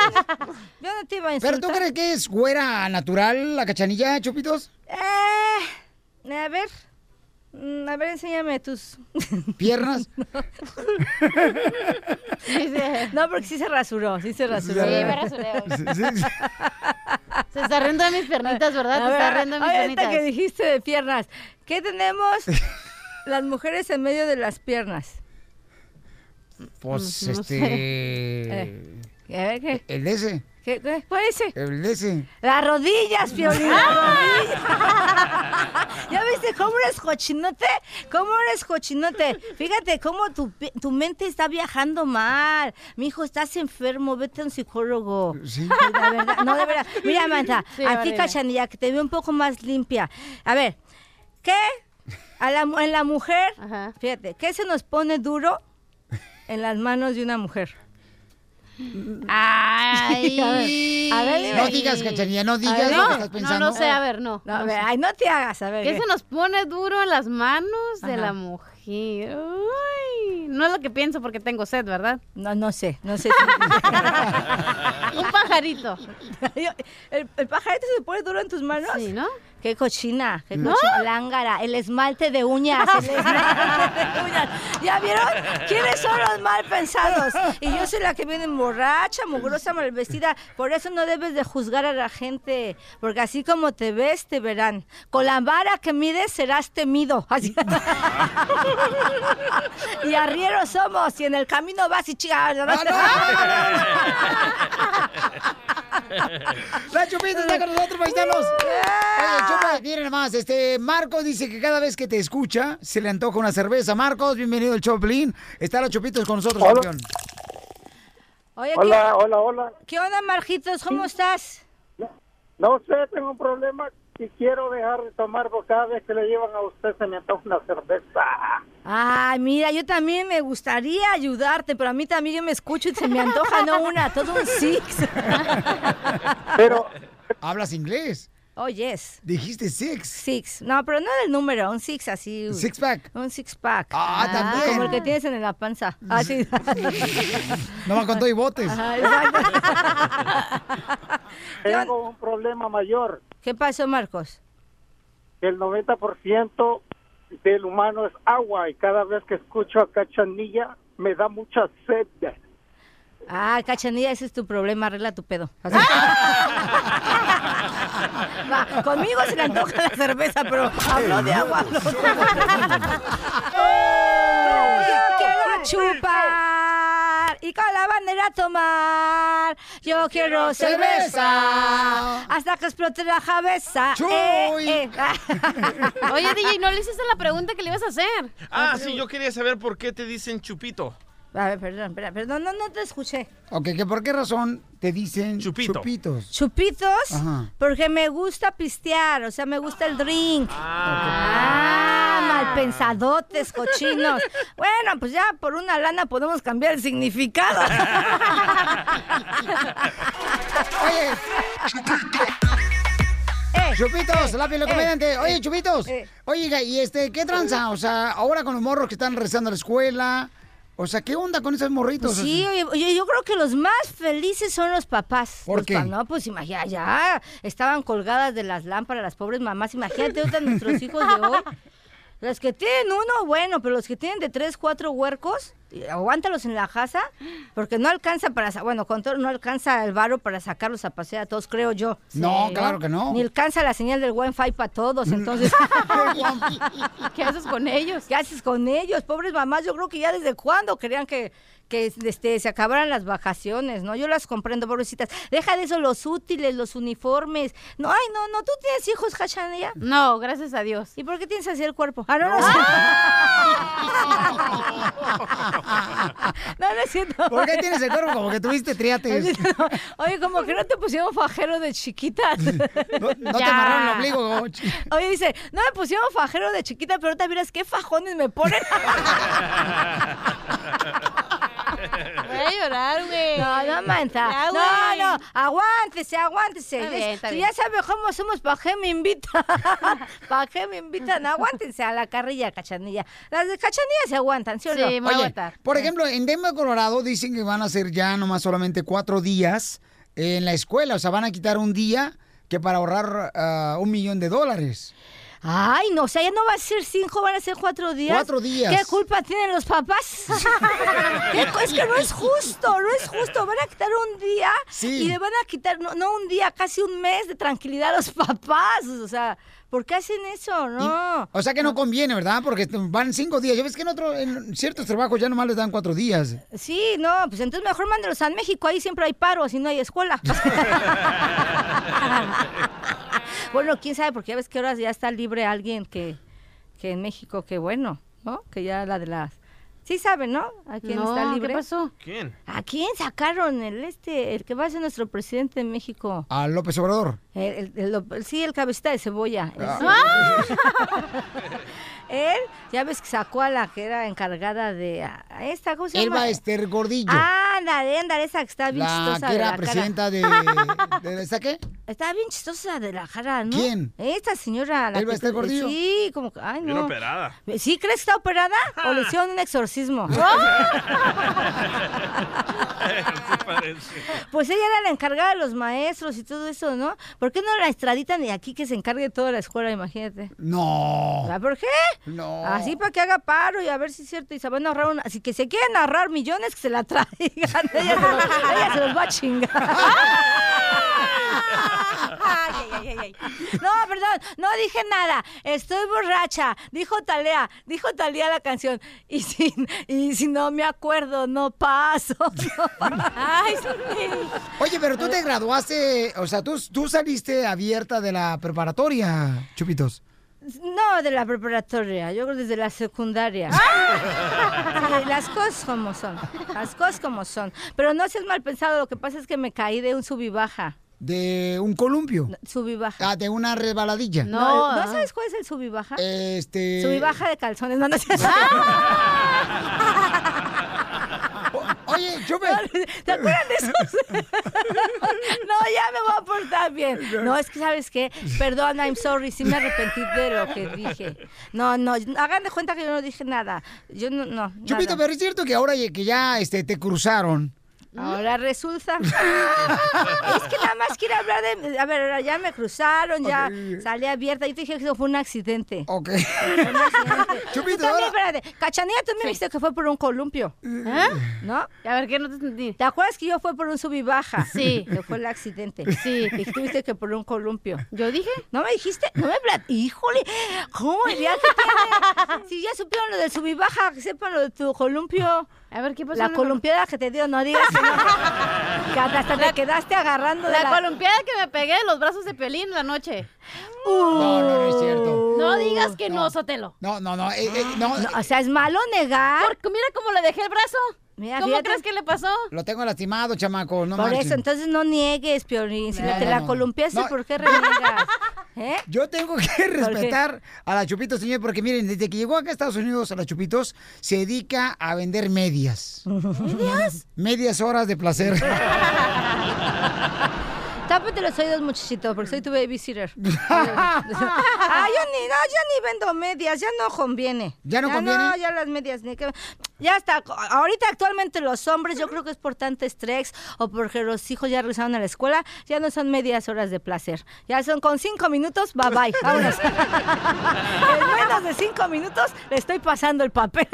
yo no te iba a
¿Pero
insultar.
tú crees que es güera natural la cachanilla, Chupitos?
Eh, a ver. Mm, A ver, enséñame tus...
¿Piernas?
No, porque sí se rasuró, sí se rasuró.
Sí, me rasuré. Se está riendo de mis piernitas, ¿verdad?
A
Se está
ver,
riendo de mis
ahorita
piernitas.
que dijiste de piernas, ¿qué tenemos las mujeres en medio de las piernas?
Pues
Mm, No
este.
sé. A ver, ¿qué?
El de ese.
¿Qué, qué? ¿Cuál es ese?
El de ese.
Las rodillas, Piolín, las
Ah.
rodillas. ¿Ya viste cómo eres cochinote? ¿Cómo eres cochinote? Fíjate cómo tu, pe- tu mente está viajando mal. Mi hijo, estás enfermo, vete a un psicólogo.
Sí.
La verdad, no, de verdad. Mira, Manta,
Sí,
a ti,
Valeria.
Cachanilla, que te veo un poco más limpia. A ver, ¿qué? A la, mu- en la mujer, fíjate, ¿qué se nos pone duro en las manos de una mujer?
Ay.
A ver, a ver, dime.
No digas, Cachanilla, no digas
A ver,
lo que estás pensando.
No, no sé, a ver, no.
No, a ver, ay, no te hagas, a ver.
¿Qué se nos pone duro en las manos de
Ajá.
la mujer? Uy, no es lo que pienso porque tengo sed, ¿verdad?
No, no sé, no sé.
Un pajarito.
¿El, el pajarito se pone duro en tus manos? Sí,
¿no?
Qué cochina, qué
¿No?
cochina. Lángara, el esmalte de uñas, el esmalte de uñas. ¿Ya vieron? ¿Quiénes son los mal pensados? Y yo soy la que viene borracha, mugrosa, mal vestida. Por eso no debes de juzgar a la gente, porque así como te ves, te verán. Con la vara que mides, serás temido. Así- y arrieros somos, y en el camino vas y chica.
La Chupita está con nosotros, paisanos.
Uh,
Oye, Chupa, miren nomás, este, Marcos dice que cada vez que te escucha se le antoja una cerveza. Marcos, bienvenido al Choplin. Está la Chupitos con nosotros,
Hola.
campeón.
Oye, ¿qué-
Hola, hola, hola.
¿Qué onda, Marjitos? ¿Cómo estás?
No sé, tengo un problema y quiero dejar de tomar porque cada vez que le llevan a usted se me antoja una cerveza.
Ay, mira, yo también me gustaría ayudarte, pero a mí también yo me escucho y se me antoja no una, todo un six.
Pero...
¿Hablas inglés?
Oh, yes.
Dijiste six.
Six. No, pero no del número, un six así.
Six pack.
Un six pack.
Ah, también.
Como el que tienes en la panza. Ah, Así.
No van con todo y botes.
Ajá, exacto.
Tengo un problema mayor.
¿Qué pasó, Marcos?
El 90% del humano es agua y cada vez que escucho a Cachanilla me da mucha sed.
Ah, cachanilla, ese es tu problema, arregla tu pedo. Así. Va, conmigo se le antoja la cerveza, pero habló de agua. habló de agua. Yo quiero chupar cantar y con la bandera tomar. Yo quiero cerveza hasta que explote la cabeza.
Chuy.
Eh, eh.
Oye, DJ, no le hiciste la pregunta que le ibas a hacer.
Ah, sí, yo quería saber por qué te dicen Chupito.
A ver, perdón, perdón, perdón, no, no te escuché.
Ok, ¿que ¿por qué razón te dicen
Chupito.
chupitos?
Chupitos,
Ajá.
porque me gusta pistear, o sea, me gusta el drink. Ah, malpensadotes, cochinos. Bueno, pues ya por una lana podemos cambiar el significado.
Oye, Chupitos, la piel comediante.
Eh,
Oye, Chupitos. Oiga, ¿y este qué tranza? O sea, ahora con los morros que están regresando a la escuela. O sea, ¿qué onda con esos morritos?
Sí, oye, oye, yo creo que los más felices son los papás.
¿Por
Los
qué?
pa- no, pues imagínate, ya estaban colgadas de las lámparas las pobres mamás. Imagínate ahorita nuestros hijos de hoy. Los que tienen uno, bueno, pero los que tienen de tres, cuatro huercos, y aguántalos en la casa, porque no alcanza para, sa- bueno, con todo, no alcanza el varo para sacarlos a pasear a todos, creo yo.
No, claro que no. Mm.
Ni alcanza la señal del Wi-Fi para todos, entonces. ¿Qué haces con ellos? ¿Qué haces con ellos? Pobres mamás, yo creo que ya desde cuándo querían que, que este, se acabaran las vacaciones, ¿no? Yo las comprendo, pobrecitas. Deja de eso los útiles, los uniformes. No, ay, no, no, ¿tú tienes hijos, Hachanaya? No, gracias a Dios. ¿Y por qué tienes así el cuerpo? Ah, no, no, no, no es cierto.
¿Por qué tienes el cuerpo como que tuviste triates?
Oye, como que no te pusieron fajero de chiquitas. No,
te amarraron el ombligo.
Oye, dice, no me pusieron fajero de chiquita, pero ahorita miras qué fajones me ponen.
Voy a llorar, güey.
No, no, manta.
Ya,
No,
güey.
no, aguántese, aguántese.
Está
Ya-
bien, está
tú
bien.
Ya sabes cómo somos, ¿para qué me invitan? ¿Para qué me invitan? Aguántense a la carrilla, cachanilla. Las de cachanilla se aguantan, ¿sí o no?
Oye, por ejemplo, en Denver, Colorado, dicen que van a ser ya nomás solamente cuatro días en la escuela. O sea, van a quitar un día que para ahorrar ah, un millón de dólares.
Ay, no, o sea, ya no va a ser cinco, van a ser cuatro días.
Cuatro días.
¿Qué culpa tienen los papás? ¿Qué co- es que no es justo, no es justo. Van a quitar un día y
Sí.
le van a quitar, no, no un día, casi un mes de tranquilidad a los papás. O sea, ¿por qué hacen eso? No.
O sea que no conviene, ¿verdad? Porque te- van cinco días. Ya ves que en, otro, en ciertos trabajos ya nomás les dan cuatro días.
Sí, no, pues entonces mejor mándelos a México, ahí siempre hay paro, si no hay escuela. bueno, quién sabe, porque ya ves que ahora ya está libre alguien que, que en México, que bueno, ¿no? Que ya la de las... Sí saben, ¿no? ¿A quién
No,
está
¿qué
libre?
pasó?
¿Quién?
¿A quién sacaron el este, el que va a ser nuestro presidente de México?
A López Obrador.
El- el- el- el- sí, el cabecita de cebolla.
Ah.
Ese. Él, ya ves que sacó a la que era encargada de... a- a esta, ¿cómo se llama?
Elba Esther Gordillo.
Ah, la de Andar, esa que está bien
este la
chistosa.
que
de la
era
cara.
presidenta de, de- ¿Esa qué?
Está bien chistosa de la cara, ¿no?
¿Quién?
Esta señora. la
¿Elba
que-
Esther Gordillo?
Sí, como que. Ay, no.
Bien operada.
¿Sí crees que está operada? ¿O le hicieron un exorcismo? ¡Oh!
Sí parece.
Pues ella era la encargada de los maestros y todo eso, ¿no? ¿Por qué no la extraditan de aquí que se encargue de toda la escuela, imagínate?
No.
¿Ah, ¿Por qué?
No.
Así para que haga paro y a ver si es cierto. Y se van a ahorrar una. Así que se quieren ahorrar millones, que se la traigan. ella, se los, ella se los va a chingar. Ay, ay, ay, ay, ay. No, perdón, no dije nada. Estoy borracha. Dijo Talea, dijo Talea la canción. Y si, y si no me acuerdo, no paso. Ay,
Oye, pero tú te graduaste, o sea, tú, tú saliste abierta de la preparatoria, Chupitos.
No, de la preparatoria, yo creo desde la secundaria. Sí, las cosas como son, las cosas como son. Pero no seas mal pensado, lo que pasa es que me caí de un subibaja.
De un columpio.
Subibaja.
Ah, de una resbaladilla.
No, ¿no sabes cuál es el subibaja?
Este.
Subibaja de calzones, no, no es cierto.
Ah. Oye, yo
¿Te acuerdas de esos? no, ya me voy a portar bien. No, es que, ¿sabes qué? Perdón, I'm sorry, sí me arrepentí de lo que dije. No, no, hagan de cuenta que yo no dije nada. Yo no, no.
Chupito,
nada.
pero es cierto que ahora ya- que ya este, te cruzaron.
Ahora resulta. es que nada más quiero hablar de. A ver, ahora ya me cruzaron, ya salí abierta. Yo te dije que eso fue un accidente.
Ok.
Chupito, tú también, espérate. Cachanilla, tú me dijiste que fue por un columpio. ¿eh? ¿No? A ver, ¿qué no te entendí? ¿Te acuerdas que yo fue por un sub y baja?
Sí.
Que fue el accidente. Sí. Y tú dijiste que por un columpio. ¿Yo dije? ¿No me dijiste? ¿No me plat... ¡Híjole! ¿Cómo el día que tiene? Si ya supieron lo del sub y baja, que sepan lo de tu columpio.
A ver, ¿qué pasó?
La columpiada que te dio, no digas. que no. Que hasta te quedaste agarrando de
la,
la-
columpiada que me pegué en los brazos de Piolín la noche.
Uh.
No, no, no es cierto.
No digas que no, Sotelo.
No, no, no. eh, eh, no
o sea, es malo negar.
Porque mira cómo le dejé el brazo. ¿Cómo
fíjate.
crees que le pasó?
Lo tengo lastimado, chamaco. No
por
marchen.
eso, entonces no niegues, Piolín. Si
No,
te
no,
la
no.
columpiaste,
No.
¿por qué reniegas? ¿Eh?
Yo tengo que respetar a la Chupitos, señor, porque miren, desde que llegó acá a Estados Unidos, a la Chupitos se dedica a vender medias. ¿Medias? Medias horas de placer.
Tápate los oídos, muchachito, porque soy tu babysitter. ah, yo ni, no, yo ni vendo medias, ya no conviene.
¿Ya no conviene?
No, ya las medias ni que- Ya está, ahorita actualmente los hombres, yo creo que es por tanto estrés o porque los hijos ya regresaron a la escuela, ya no son medias horas de placer. Ya son con cinco minutos, bye bye, vámonos. en menos de cinco minutos le estoy pasando el papel.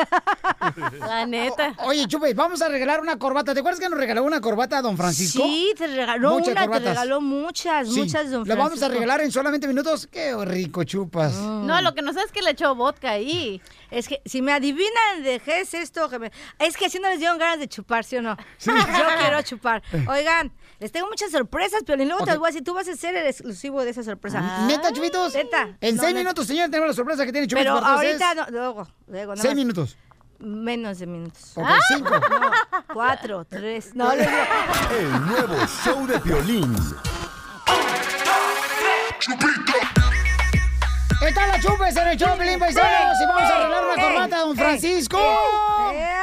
La neta.
oye, Chupe, vamos a regalar una corbata. ¿Te acuerdas que nos regaló una corbata a don Francisco?
Sí, te regaló
Muchas
una, te
corbatas.
regaló muchas,
Sí.
muchas, don
La vamos a
Francisco.
regalar en solamente minutos. Qué rico chupas.
No, lo que no sé es que le echó vodka ahí.
Es que si me adivinan de qué es esto, que me- es que si no les dieron ganas de chupar, ¿sí o no? Yo quiero chupar.
Eh.
Oigan, les tengo muchas sorpresas, pero luego te las voy a decir, tú vas a ser el exclusivo de esa sorpresa.
Ah. ¿Neta, Chupitos?
Neta.
En
No, neta.
seis minutos, señor, tenemos la sorpresa que tiene Chupitos.
Pero
para ustedes.
ahorita, no, luego, luego. nada
Seis
más.
minutos.
Menos de minutos. Ah.
Ok, cinco.
No, cuatro, tres. No, les digo.
El nuevo show de violín.
Está la chupes en el show, Pelín Paisanos.
Eh,
Y vamos a
eh,
arreglar una
eh,
corbata, don
eh,
Francisco.
eh,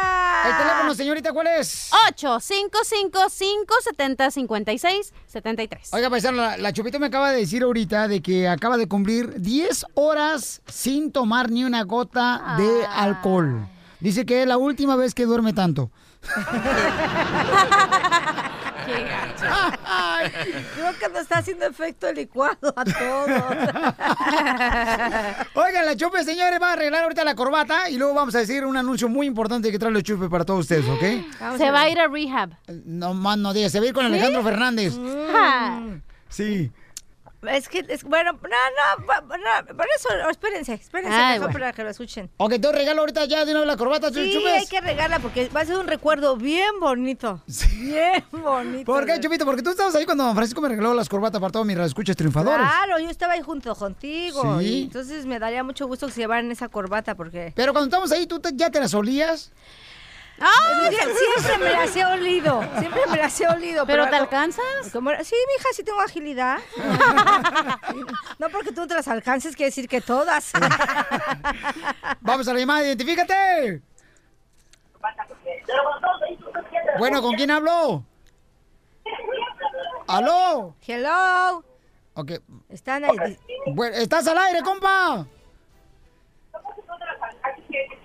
El teléfono, señorita, ¿cuál es?
855-570-5673.
Oiga, paisano, la, la Chupito me acaba de decir ahorita de que acaba de cumplir 10 horas sin tomar ni una gota de alcohol. Dice que es la última vez que duerme tanto.
Qué gacho. Ay, creo que nos está haciendo efecto el licuado a todos.
Oigan, la Chupe, señores, va a arreglar ahorita la corbata y luego vamos a decir un anuncio muy importante que trae la Chupe para todos ustedes, ¿ok?
Se va a ir a rehab.
Eh, No, más no digas, se va a ir con Alejandro Fernández.
Mm.
Sí.
Es que, es, bueno, no, no, pa- no, por eso, oh, espérense, espérense,
Ay,
mejor
bueno.
para que lo escuchen.
Ok, entonces regalo ahorita ya de una vez la corbata,
Sí,
Chupes.
hay que regarla porque va a ser un recuerdo bien bonito. Bien bonito.
¿Por qué, Chupito? Porque tú estabas ahí cuando don Francisco me regaló las corbatas para todos mis escuchas triunfadores.
Claro, yo estaba ahí junto contigo.
Sí.
y entonces me daría mucho gusto que se llevaran esa corbata porque...
Pero cuando estábamos ahí, ¿tú te- ya te las olías?
Eh, mira, Siempre me las he olido, siempre me las he olido.
¿Pero te
alcanzas? Sí, mija, sí tengo agilidad. No porque tú te las alcances, quiere decir que todas.
Vamos a la llamada, identifícate. Bueno, ¿con quién hablo? ¿Aló?
Hello.
Ok.
Están ahí.
Bueno, ¿Estás al aire, compa?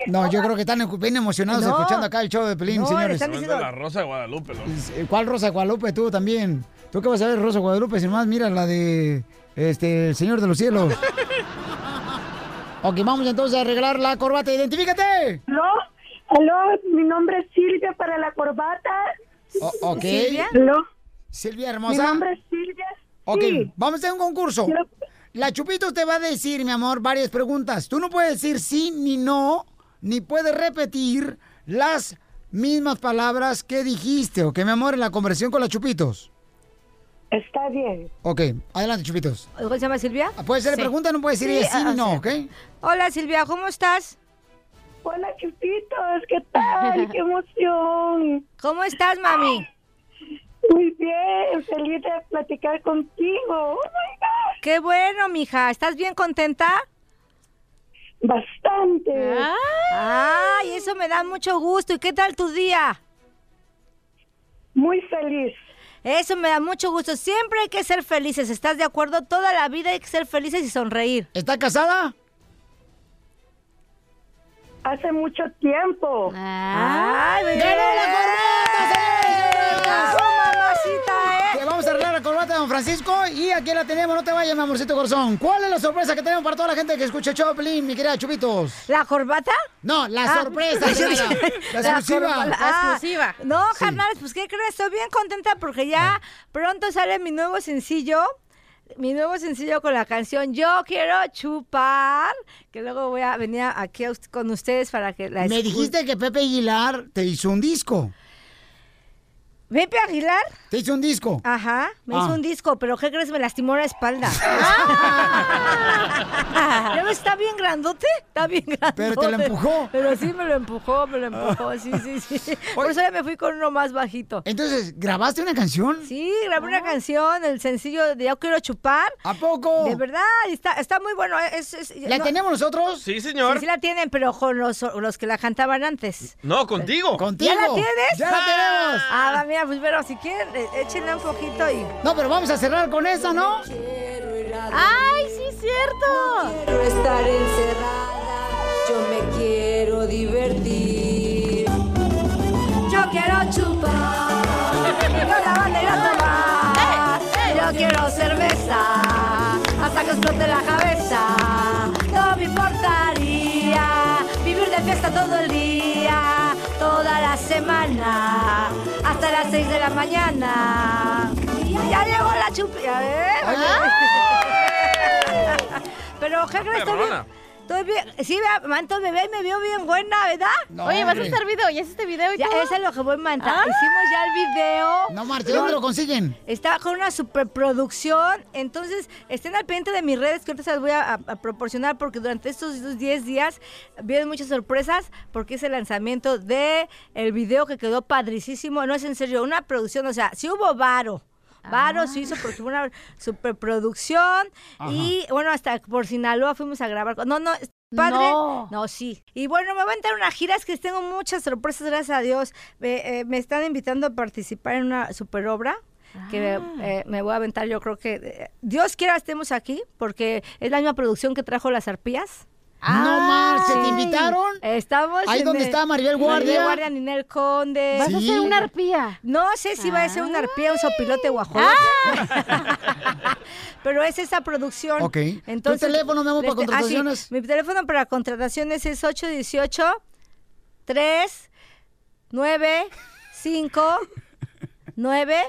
No, yo creo que están bien emocionados
No.
escuchando acá el show de Pelín,
No, le
señores.
están diciendo- Hablando de la Rosa de Guadalupe, loco.
Eh, ¿Cuál Rosa de Guadalupe tú también? ¿Tú qué vas a ver Rosa de Guadalupe? Si más, mira la de este, El Señor de los Cielos. ok, vamos entonces a arreglar la corbata. ¡Identifícate!
No, aló, mi nombre es Silvia para la corbata.
O- ok.
¿Silvia? Aló.
Silvia hermosa.
Mi nombre es Silvia.
Ok,
Sí.
vamos a hacer un concurso. La Chupito te va a decir, mi amor, varias preguntas. Tú no puedes decir sí ni no, ni puedes repetir las mismas palabras que dijiste, ok, mi amor, en la conversión con la Chupitos.
Está bien.
Ok, adelante, Chupitos.
¿Cómo se llama Silvia?
Ah, Puede ser
Sí.
pregunta, no puede decir
Sí, ah,
sí
o
ni no,
sea.
¿ok?
Hola Silvia, ¿cómo estás?
Hola chupitos, ¿qué tal? ¡Qué emoción!
¿Cómo estás, mami?
Muy bien, feliz de platicar contigo. Oh
Qué bueno, mija. ¿Estás bien contenta?
Bastante.
Ay, eso me da mucho gusto. ¿Y qué tal tu día?
Muy feliz.
Eso me da mucho gusto. Siempre hay que ser felices. ¿Estás de acuerdo? Toda la vida hay que ser felices y sonreír.
¿Está casada?
Hace mucho tiempo.
¡Ay, bebé!
¡Ganó la
¡Bravo, mamacita, eh!
Te vamos a arreglar la corbata de don Francisco y aquí la tenemos. No te vayas, mi amorcito corazón. ¿Cuál es la sorpresa que tenemos para toda la gente que escucha el show, Pelín, mi querida Chupitos?
¿La corbata?
No, la
Ah.
sorpresa, señora. La exclusiva.
corba- ah, No,
Ah.
carnales, pues ¿qué crees? Estoy bien contenta porque ya pronto sale mi nuevo sencillo. mi nuevo sencillo con la canción Yo quiero chupar, que luego voy a venir aquí a us- con ustedes para que la
Me
escu-
dijiste que Pepe Aguilar te hizo un disco.
¿Pepe Aguilar?
Te hizo un disco.
Ajá, me
Ah.
hizo un disco, pero ¿qué crees? Me lastimó la espalda. Ah. ¿Ya ves? Está bien grandote, está bien grandote.
Pero te lo empujó. Ah.
Pero sí me lo empujó, me lo empujó, sí, sí, sí. Por eso ya me fui con uno más bajito.
Entonces, ¿grabaste una canción? Ah.
Sí, grabé una canción, el sencillo de Yo Quiero Chupar.
¿A poco?
De verdad, y está, está muy bueno. es- es-
¿La tenemos
nosotros?
Sí, señor.
Sí, sí la tienen, pero con los, los que la cantaban antes.
No, contigo.
¿Ya la tienes?
¡Ya la tenemos!
Ah, va, mira, pues pero si quieren, eh, échenle un poquito y...
No, pero vamos a cerrar con esa, ¿no?
¡Ay, sí, es cierto!
Quiero estar encerrada, yo me quiero divertir. Yo quiero chupar, yo la bandera tomar. Yo quiero cerveza, hasta que explote la cabeza. No me importaría vivir de fiesta todo el día, toda la semana, hasta las 6 de la mañana. Ya llegó la chupi. ya ves.
Pero, ¿qué crees? Estoy bien,
Perrona.
estoy bien. Sí, vea, Manto Bebé me vio bien buena, ¿verdad?
No, Oye, ¿vas a hombre. hacer
video? ¿Ya hiciste video y ya,
este todo?
Eso es lo que voy, Manta.
Ah.
Hicimos ya el video.
No, Marta, ¿dónde lo consiguen?
Está con una superproducción. Entonces, estén al pendiente de mis redes que ahorita se las voy a, a- a proporcionar porque durante estos dos 10 días vienen muchas sorpresas porque es el lanzamiento de el video que quedó padricísimo. No es en serio, una producción, o sea, si hubo varo. Varo se hizo porque fue una superproducción
Ajá.
y bueno, hasta por Sinaloa fuimos a grabar. con- No, no, es- padre.
No.
sí. Y bueno, me voy a entrar a unas giras que tengo muchas sorpresas, gracias a Dios. Me, eh, me están invitando a participar en una super obra
Ah.
que eh, me voy a aventar, yo creo que eh, Dios quiera estemos aquí, porque es la misma producción que trajo Las Arpías.
Ah, No marches, ¿te
Sí.
invitaron?
Estamos
Ahí
en
donde
el-
está Maribel Guardia.
Maribel Guardia, Ninel Conde.
¿Vas a Sí. hacer una Ah.
arpía? No sé si va a ser una arpía, un sopilote guajolote. Pero es esa producción.
Ok. ¿Tu teléfono, mi amor, para
este, ah, sí,
contrataciones?
mi teléfono para contrataciones es 818 3 9 5 9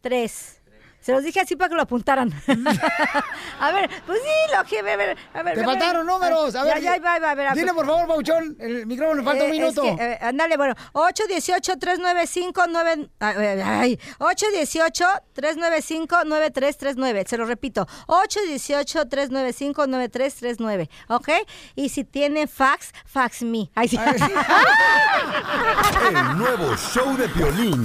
3. Se los dije así para que lo apuntaran. a ver, pues sí, lo que a ver, a ver.
Te
a ver.
faltaron números. A ver,
ya, ya, va, va, a ver. a
Dile,
ver.
por favor, Bauchón, el micrófono, falta un
Eh,
minuto.
es que, eh, ándale, bueno, 818-395-9... ay, ay, 818-395-9339. Se lo repito, 818-395-9339. ¿Ok? Y si tiene fax, fax me. Ay, sí.
El nuevo show de violín.